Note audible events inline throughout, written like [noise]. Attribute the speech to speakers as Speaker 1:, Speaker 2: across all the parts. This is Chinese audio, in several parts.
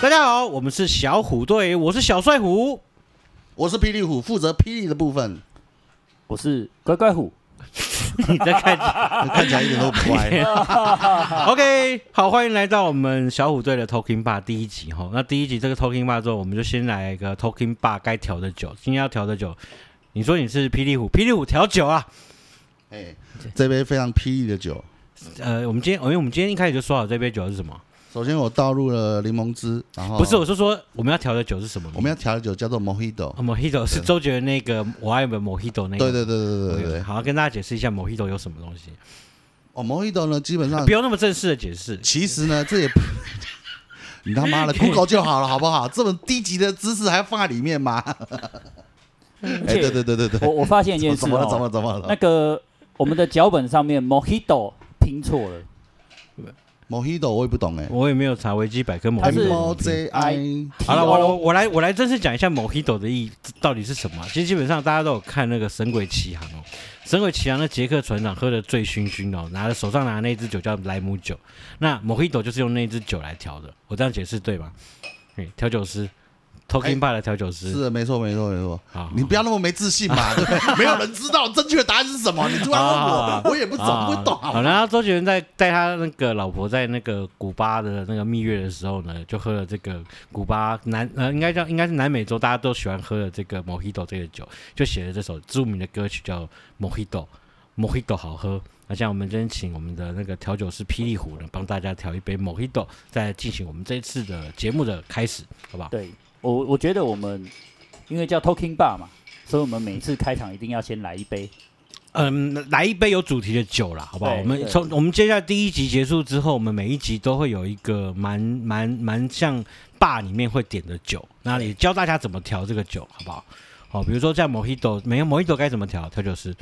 Speaker 1: 大家好，我们是小虎队，我是小帅虎。 [laughs]
Speaker 2: 我是霹雳虎，负责霹雳的部分。
Speaker 3: 我是乖乖虎，
Speaker 1: 你在看
Speaker 2: [laughs]
Speaker 3: 啊
Speaker 2: 看起来一点都不
Speaker 3: [laughs]
Speaker 2: 乖。
Speaker 1: ？OK，好，欢迎来到我们小虎队的 Talking Bar 第一集哈。那第一集这个 Talking Bar 之后，我们就先来一个 Talking Bar 该调的酒。今天要调的酒，你说你是霹雳虎，霹雳虎调酒啊。
Speaker 2: 哎，这杯非常霹雳的酒。
Speaker 1: 呃，我们今天，因为我们今天一开始就说好这杯酒是什么，
Speaker 2: 首先我倒入了柠檬汁，然后
Speaker 1: 不是，我是说我们要调的酒是什么？
Speaker 2: 哦我们要调的酒叫做
Speaker 3: 哦
Speaker 2: Mojito。
Speaker 1: Mojito 是周杰伦那个我爱的 Mojito 那个。
Speaker 2: 对对对对对对对。
Speaker 1: 好，跟大家解释一下 Mojito 有什么东西，
Speaker 2: 哦，Mojito 呢，基本上
Speaker 1: 不用那么正式的解释。
Speaker 2: 其实呢，这也
Speaker 3: [laughs]
Speaker 2: 不你他妈的 Google 就好了，好不好？这么低级的知识还放在里面吗？
Speaker 3: 而
Speaker 2: 哎，对对
Speaker 3: 且
Speaker 2: 对对对。
Speaker 3: 我我发现一件事
Speaker 2: 怎么了？怎么
Speaker 3: 哦，
Speaker 2: 了？怎么
Speaker 3: 那
Speaker 2: 了
Speaker 3: 个我们的脚本上面 Mojito 拼错了，
Speaker 2: ？Mojito 我也不懂哎。
Speaker 1: 我也没有查维基百科 Mojito
Speaker 3: 它是
Speaker 1: 怎
Speaker 2: M
Speaker 1: 么
Speaker 2: O
Speaker 1: 拼
Speaker 2: J I，
Speaker 1: 好了，
Speaker 3: T O
Speaker 1: 我我我来我来正式讲一下 Mojito 的意义到底是什么啊、其实基本上大家都有看那个《神鬼奇航》哦，《神鬼奇航》那杰克船长喝的醉醺醺的哦，拿着手上拿的那支酒叫莱姆酒，那 Mojito 就是用那支酒来调的。我这样解释对吗？哎，调酒师，Talking Bar 的调酒师。
Speaker 2: 是的，没错没错没错。
Speaker 1: 好，
Speaker 2: 你不要那么没自信
Speaker 1: [laughs]
Speaker 2: 嘛，对不对？没有人知道正确答案是什么，你突然
Speaker 1: 啊
Speaker 2: 问我，我也不怎么不懂。
Speaker 1: 好，然后周杰伦在带他那个老婆在那个古巴的那个蜜月的时候呢，就喝了这个古巴南呃，应该叫应该是南美洲大家都喜欢喝的这个 Mojito 这个酒，就写了这首著名的歌曲叫 Mojito。Mojito 好喝，那像我们今天请我们的那个调酒师霹雳虎呢，帮大家调一杯 Mojito，再进行我们这一次的节目的开始，好不好？
Speaker 3: 对我我觉得我们因为叫 Talking Bar 嘛，所以我们每次开场一定要先来一杯。
Speaker 1: 嗯，来一杯有主题的酒啦，好不好？
Speaker 3: 对
Speaker 1: 我们
Speaker 3: 对
Speaker 1: 从我们接下来第一集结束之后，我们每一集都会有一个蛮蛮蛮像坝里面会点的酒，那也教大家怎么调这个酒，好不好？好，比如说像 Mojito，每个 Mojito 该怎么调，调酒师。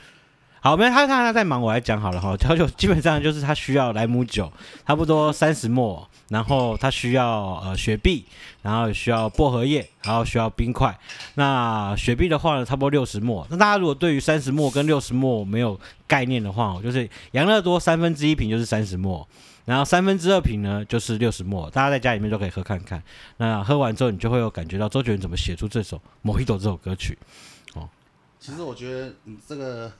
Speaker 1: 好，没有他他他在忙，我来讲好了哈。调酒基本上就是他需要莱姆酒，差不多三十沫，然后他需要呃雪碧，然后需要薄荷叶，然后需要冰块。那雪碧的话呢，差不多六十沫。那大家如果对于三十沫跟六十沫没有概念的话，哦，就是养乐多三分之一瓶就是三十沫，然后三分之二瓶呢就是六十沫，大家在家里面都可以喝看看。那喝完之后，你就会有感觉到周杰伦怎么写出这首《莫吉 o 这首歌曲。
Speaker 2: 其实我觉得你这个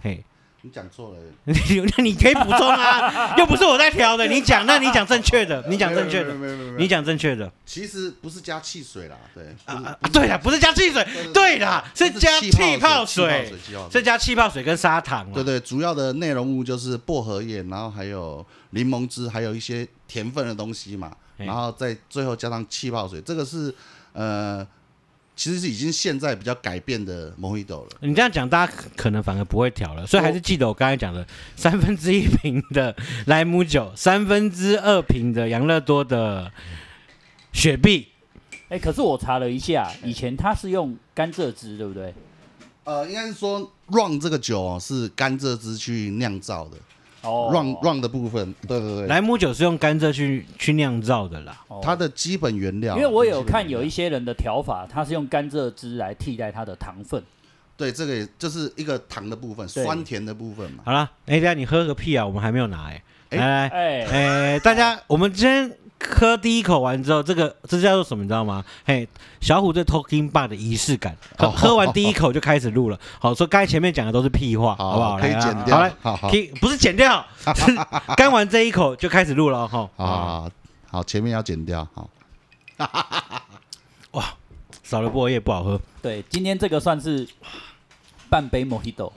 Speaker 1: 嘿，
Speaker 2: 你讲错了，
Speaker 1: 你那你可以补充
Speaker 2: [laughs]
Speaker 1: 啊，又不是我在调的，你讲，那你讲正确的，你讲正确的，
Speaker 2: 没有没有没
Speaker 1: 你
Speaker 2: 有，
Speaker 1: 讲正确的。
Speaker 2: 其实不是加汽水啦，对
Speaker 1: 啊啊啊！对啦，不是加汽水，对啦，是加
Speaker 2: 气
Speaker 1: 气
Speaker 2: 泡
Speaker 1: 泡
Speaker 2: 水
Speaker 1: 水，，
Speaker 2: 气泡
Speaker 1: 是
Speaker 2: 水。
Speaker 1: 加气泡水跟砂糖啊。
Speaker 2: 对对，主要的内容物就是薄荷叶，然后还有柠檬汁，还有一些甜分的东西嘛，
Speaker 1: 嘿
Speaker 2: 然后再最后加上气泡水，这个是呃，其实是已经现在比较改变的 Mojito 了。
Speaker 1: 你这样讲，大家可可能反而不会调了，所以还是记得我刚才讲的三分之一瓶的莱姆酒， [laughs] 三分之二瓶的养乐多的雪碧。
Speaker 3: 哎、可是我查了一下，以前它是用甘蔗汁，对不对？
Speaker 2: 呃，应该是说 rum 这个酒哦，是甘蔗汁去酿造的、
Speaker 3: 哦
Speaker 2: rum rum 的部分，对对对，
Speaker 1: 莱姆酒是用甘蔗去去酿造的啦。
Speaker 3: 哦
Speaker 2: 它的基本原料，啊
Speaker 3: 因为我有看有一些人的调法，它是用甘蔗汁来替代它的糖分。
Speaker 2: 对这个也就是一个糖的部分，
Speaker 3: 对
Speaker 2: 酸甜的部分嘛。
Speaker 1: 好啦，哎、等一下你喝个屁啊！我们还没有拿哎、
Speaker 2: 哎
Speaker 1: 来来，
Speaker 3: 哎、
Speaker 1: 哎、大家，我们今天喝第一口完之后，这个这叫做什么，你知道吗？嘿，小虎对 Talking Bar 的仪式感，
Speaker 2: [laughs]
Speaker 1: 喝
Speaker 2: 哦
Speaker 1: 喝完第一口就开始录了。好，说刚才前面讲的都是屁话，好不好？
Speaker 2: 可以
Speaker 1: 来啊
Speaker 2: 剪
Speaker 1: 好
Speaker 2: 掉
Speaker 1: 来，，
Speaker 2: 好好
Speaker 1: 可以不是剪
Speaker 2: [laughs]
Speaker 1: 掉，是干完这一口就开始录了哈。啊
Speaker 2: 好好好，前面要剪掉，好，
Speaker 1: 少了薄荷叶不好喝，
Speaker 3: 对，今天这个算是半杯 Mojito。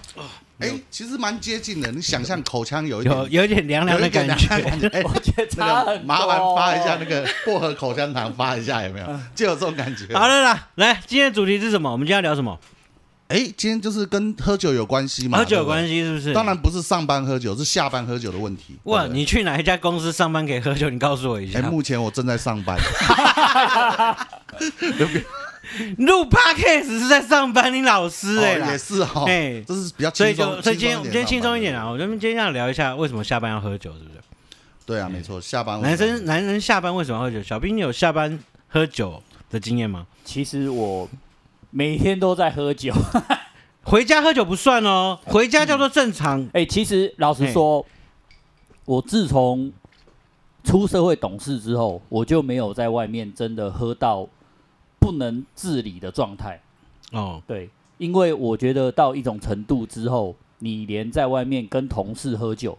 Speaker 2: 哎，其实蛮接近的，你想象口腔有一
Speaker 1: 有
Speaker 2: 点
Speaker 1: 有一点凉凉的感觉。
Speaker 2: 觉，哎。
Speaker 3: 我觉得差
Speaker 2: 那
Speaker 3: 很
Speaker 2: 个
Speaker 3: 多哦
Speaker 2: 麻烦发一下那个 [laughs] 薄荷口香糖，发一下有没有？就有这种感觉。
Speaker 1: 嗯 [laughs] 好了啦，来，今天的主题是什么？我们今天要聊什么？
Speaker 2: 哎，今天就是跟喝酒有关系嘛？
Speaker 1: 喝酒有
Speaker 2: 对不对
Speaker 1: 关系是不是？
Speaker 2: 当然。不是上班喝酒，是下班喝酒的问题。
Speaker 1: 哇，
Speaker 2: 对不对
Speaker 1: 你去哪一家公司上班可以喝酒？你告诉我一
Speaker 2: 哎、
Speaker 1: 下。
Speaker 2: 目前我正在
Speaker 1: [laughs]
Speaker 2: 上班，
Speaker 1: 录 podcast 是在上班，你老师哎
Speaker 2: 哦
Speaker 1: 啦
Speaker 2: 也。是哈、哦，
Speaker 1: 哎
Speaker 2: 这是比较
Speaker 1: 所以
Speaker 2: 轻松
Speaker 1: 就，所以今天我们今天轻松一点
Speaker 2: 上
Speaker 1: 啊，
Speaker 2: 班
Speaker 1: 我们今天要聊一下为什么下班要喝酒，是不是？
Speaker 2: 的。对啊，没错，下班我
Speaker 1: 男生男人下班为什么要喝酒？小兵，你有下班喝酒的经验吗？
Speaker 3: 其实我每天都在
Speaker 1: [laughs]
Speaker 3: 喝酒。
Speaker 1: 回家喝酒不算哦，
Speaker 3: 嗯
Speaker 1: 回家叫做正常。
Speaker 3: 哎、其实老实说，我自从出社会懂事之后，我就没有在外面真的喝到不能自理的状态。
Speaker 1: 哦，
Speaker 3: 对，因为我觉得到一种程度之后，你连在外面跟同事喝酒，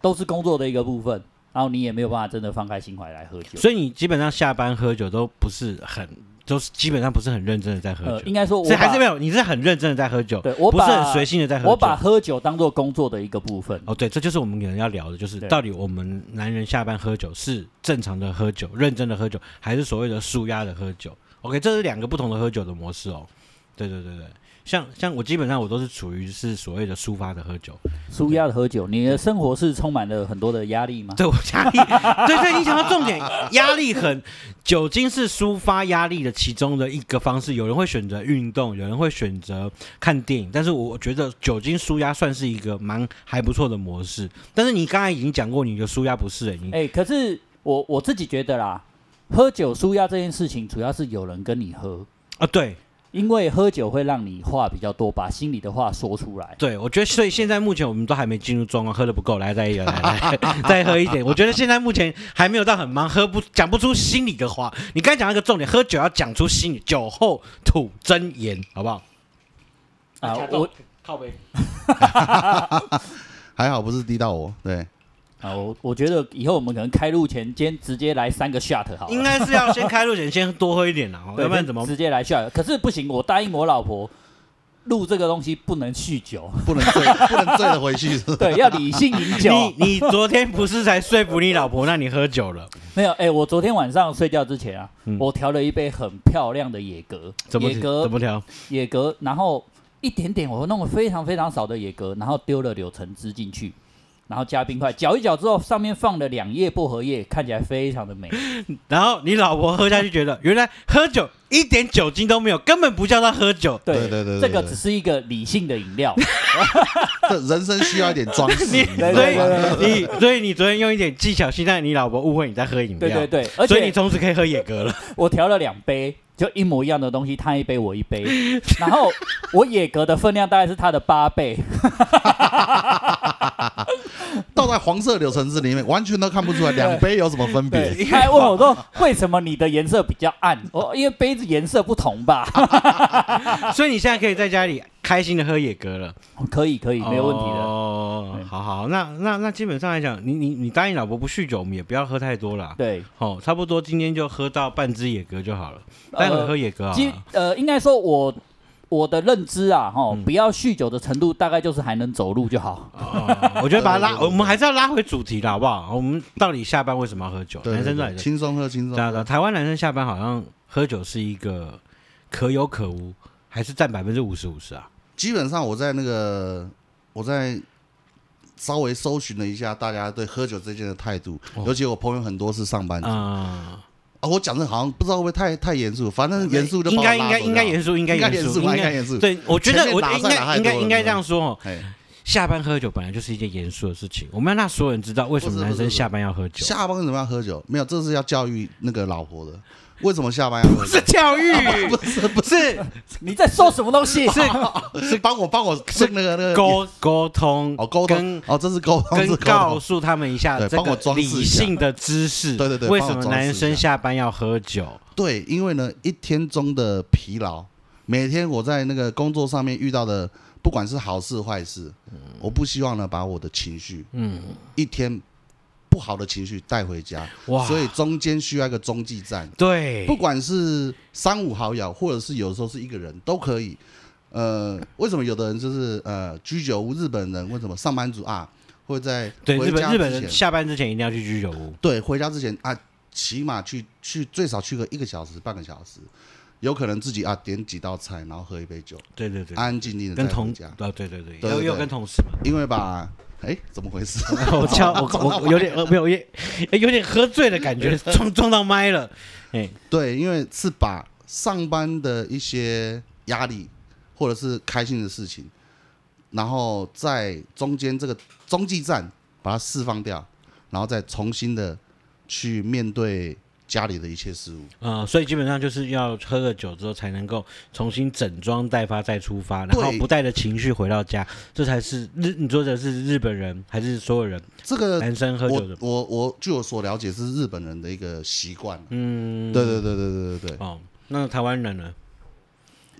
Speaker 3: 都是工作的一个部分，然后你也没有办法真的放开心怀来喝酒。
Speaker 1: 所以你基本上下班喝酒都不是很，都是基本上不是很认真的在喝
Speaker 3: 呃，
Speaker 1: 酒，
Speaker 3: 应该说我
Speaker 1: 所以还是没
Speaker 3: 有，
Speaker 1: 有，你是很认真的在喝酒，
Speaker 3: 对我
Speaker 1: 不是
Speaker 3: 把
Speaker 1: 很随性的在喝酒。
Speaker 3: 我把喝酒当做工作的一个部分。
Speaker 1: 哦，对，这就是我们可能要聊的，就是
Speaker 3: 对
Speaker 1: 到底我们男人下班喝酒是正常的喝酒、认真的喝酒，还是所谓的舒压的喝酒？OK，这是两个不同的喝酒的模式哦。对对对对，像像我基本上我都是处于是所谓的抒发的喝酒，
Speaker 3: 舒压的喝酒，你的生活是充满了很多的压力吗？
Speaker 1: [laughs] 对我压力，对对，你讲到重点，压力很，酒精是抒发压力的其中的一个方式。有人会选择运动，有人会选择看电影，但是我觉得酒精舒压算是一个蛮还不错的模式。但是你刚才已经讲过，你的舒压不是、欸、你
Speaker 3: 哎、可是我我自己觉得啦，喝酒舒压这件事情，主要是有人跟你喝，
Speaker 1: 啊，对
Speaker 3: 因为喝酒会让你话比较多，把心里的话说出来。
Speaker 1: 对，我觉得所以现在目前我们都还没进入状况，喝的不够，来再一个，来来再喝一点。我觉得现在目前还没有到很忙，喝不讲不出心里的话。你刚才讲到一个重点，喝酒要讲出心里，酒后吐真言，好不好？
Speaker 3: 啊我
Speaker 1: 靠背。
Speaker 2: 还好不是滴到我，对，
Speaker 3: 啊，我我觉得以后我们可能开录前，今天直接来三个 shot 好
Speaker 1: [laughs]
Speaker 3: 了，
Speaker 1: 应该是要先开路前先多喝一点啦，哦
Speaker 3: 对
Speaker 1: 要不然怎么？
Speaker 3: 直接来 shot？可是不行，我答应我老婆，录这个东西不能酗酒， [laughs]
Speaker 2: 不能醉，不能醉了回去是不是 [laughs]
Speaker 3: 对，要理性饮酒。
Speaker 1: 你你昨天不是才说服你老婆让你喝酒了？
Speaker 3: 没有，哎、我昨天晚上睡觉之前啊，
Speaker 1: 嗯
Speaker 3: 我调了一杯很漂亮的野格，
Speaker 1: 怎
Speaker 3: [laughs]
Speaker 1: 么
Speaker 3: 野格
Speaker 1: 怎么调？
Speaker 3: 野格，然后一点点，我弄了非常非常少的野格，然后丢了柳橙汁进去，然后加冰块，搅一搅之后，上面放了两叶薄荷叶，看起来非常的美。
Speaker 1: 然后你老婆喝下去，觉得原来喝酒一点酒精都没有，根本不叫他喝
Speaker 3: [laughs]
Speaker 1: 酒。
Speaker 3: 对
Speaker 2: 对对对对
Speaker 3: 这个
Speaker 2: 对
Speaker 3: 只是一个理性的饮料。
Speaker 2: 这人生需要一点装饰，
Speaker 1: 你
Speaker 2: 你
Speaker 1: 所
Speaker 2: 知道
Speaker 3: 对对
Speaker 2: 吗？
Speaker 3: 对
Speaker 1: 以你所以你昨天用一点技巧，现在你老婆误会你在喝饮料，
Speaker 3: 对对对，而
Speaker 1: 所以你
Speaker 3: 且
Speaker 1: 从此可以喝野格了。 [laughs]
Speaker 3: 我调了两杯，就一模一样的东西，他一杯我一杯，然后我野格的分量大概是他的八倍。
Speaker 2: 倒在黄色柳橙汁里面，完全都看不出来两杯有什么分别。
Speaker 3: 对，他还问我说：“为什么你的颜色比较暗？”我因为杯子颜色不同吧。
Speaker 1: 所以你现在可以在家里开心的喝野格了，
Speaker 3: 哦可以可以，没有问题的。
Speaker 1: 哦
Speaker 3: 对，
Speaker 1: 好好，那那那基本上来讲，你你你答应老婆不酗酒，我们也不要喝太多啦。
Speaker 3: 对，
Speaker 1: 哦，差不多今天就喝到半支野格就好了，
Speaker 3: 呃
Speaker 1: 待会喝野格啊。
Speaker 3: 其呃，应该说我我的认知啊，哈
Speaker 1: 嗯，
Speaker 3: 不要酗酒的程度，大概就是还能走路就好。
Speaker 1: 哦我觉得把它
Speaker 2: 对对 [laughs]
Speaker 1: 拉，
Speaker 2: 对
Speaker 1: 我们还是要拉回主题的好不好？我们到底下班为什么要喝酒？
Speaker 2: 对
Speaker 1: 男
Speaker 2: 对
Speaker 1: 生到
Speaker 2: 对，
Speaker 1: 底是
Speaker 2: 轻松喝，轻松
Speaker 1: 对啊对啊
Speaker 2: 喝。
Speaker 1: 台湾男生下班好像喝酒是一个可有可无，还是占百分之五十五十啊？
Speaker 2: 基本上我在那个，我在稍微搜寻了一下大家对喝酒这件的态度，
Speaker 1: 哦
Speaker 2: 尤其我朋友很多是上班族啊。
Speaker 1: 啊，
Speaker 2: 我讲的好像不知道会不会太太严肃，反正严肃就把
Speaker 1: 应
Speaker 2: 我
Speaker 1: 该
Speaker 2: 拉
Speaker 1: 应该
Speaker 2: 走
Speaker 1: 应该
Speaker 2: 就好
Speaker 1: 严肃，应该
Speaker 2: 应该
Speaker 1: 严
Speaker 2: 严
Speaker 1: 肃，
Speaker 2: 肃吧，应该严肃。
Speaker 1: 对，我觉
Speaker 2: 前
Speaker 1: 得
Speaker 2: 面
Speaker 1: 我
Speaker 2: 打
Speaker 1: 应
Speaker 2: 算打
Speaker 1: 该
Speaker 2: 太
Speaker 1: 应该
Speaker 2: 多了
Speaker 1: 应该
Speaker 2: 对
Speaker 1: 这样说哦，
Speaker 2: 哎，
Speaker 1: 下班喝酒本来就是一件严肃的事情，我们要让所有人知道为什
Speaker 2: 不
Speaker 1: 么
Speaker 2: 是
Speaker 1: 男
Speaker 2: 不是
Speaker 1: 生
Speaker 2: 不是
Speaker 1: 下班要喝酒，
Speaker 2: 下班为什么要喝酒？没有，这是要教育那个老婆的。为什么下班要喝酒？
Speaker 1: 教
Speaker 2: [laughs]
Speaker 1: 育， [laughs] 不是不是
Speaker 3: 你在说什么东西？
Speaker 1: [laughs] 是
Speaker 2: 是帮我帮我是那个那个
Speaker 1: 沟沟通
Speaker 2: 哦沟通
Speaker 1: 跟
Speaker 2: 哦，这是沟通是
Speaker 1: 跟
Speaker 2: 沟通
Speaker 1: 告。诉他们一下
Speaker 2: 对
Speaker 1: 这
Speaker 2: 帮我
Speaker 1: 个
Speaker 2: 装饰
Speaker 1: 理
Speaker 2: 一下
Speaker 1: 性的知识，
Speaker 2: 对对对
Speaker 1: 为
Speaker 2: 帮
Speaker 1: 什
Speaker 2: 我
Speaker 1: 么
Speaker 2: 装饰
Speaker 1: 男
Speaker 2: 一
Speaker 1: 生
Speaker 2: 下
Speaker 1: 下班要喝酒？
Speaker 2: 对，因为呢，一天中的疲劳，每天我在那个工作上面遇到的，不管是好事坏事，我不希望呢把我的情绪，嗯，一天不好的情绪带回家，
Speaker 1: 哇，
Speaker 2: 所以中间需要一个中继站，
Speaker 1: 对
Speaker 2: 不管是三五好友，或者是有时候是一个人都可以。呃，为什么有的人就是呃居酒屋，日本人为什么上班族啊会在
Speaker 1: 对
Speaker 2: 回
Speaker 1: 日
Speaker 2: 家
Speaker 1: 本日本
Speaker 2: 之
Speaker 1: 人
Speaker 2: 前
Speaker 1: 下班之前一定要去居酒屋，
Speaker 2: 对，回家之前啊，起码去去最少去个一个小时、半个小时，有可能自己啊点几道菜，然后喝一杯酒，
Speaker 1: 对对对，
Speaker 2: 安安静静的
Speaker 1: 跟
Speaker 2: 啊再回
Speaker 1: 同
Speaker 2: 家。
Speaker 1: 啊对对对，
Speaker 2: 对
Speaker 1: 有
Speaker 2: 对
Speaker 1: 有
Speaker 2: 对
Speaker 1: 跟同事嘛， [laughs]
Speaker 2: 因为吧，哎，怎么回事？
Speaker 1: 我敲我我我有点 [laughs] 呃没有有点有点喝醉的感觉，撞撞到麦了，哎，
Speaker 2: 对，因为是把上班的一些压力或者是开心的事情，然后在中间这个中继站把它释放掉，然后再重新的去面对家里的一切事物。
Speaker 1: 呃，所以基本上就是要喝了酒之后才能够重新整装待发再出发，然后
Speaker 2: 对
Speaker 1: 不带着情绪回到家，这才是日你说的是日本人还是所有人
Speaker 2: 这个
Speaker 1: 男生哎喝酒
Speaker 2: 呃我
Speaker 1: 的
Speaker 2: 我我据我所了解是日本人的一个习惯。啊
Speaker 1: 嗯，
Speaker 2: 对对对对对对对，
Speaker 1: 哦，那台湾人呢？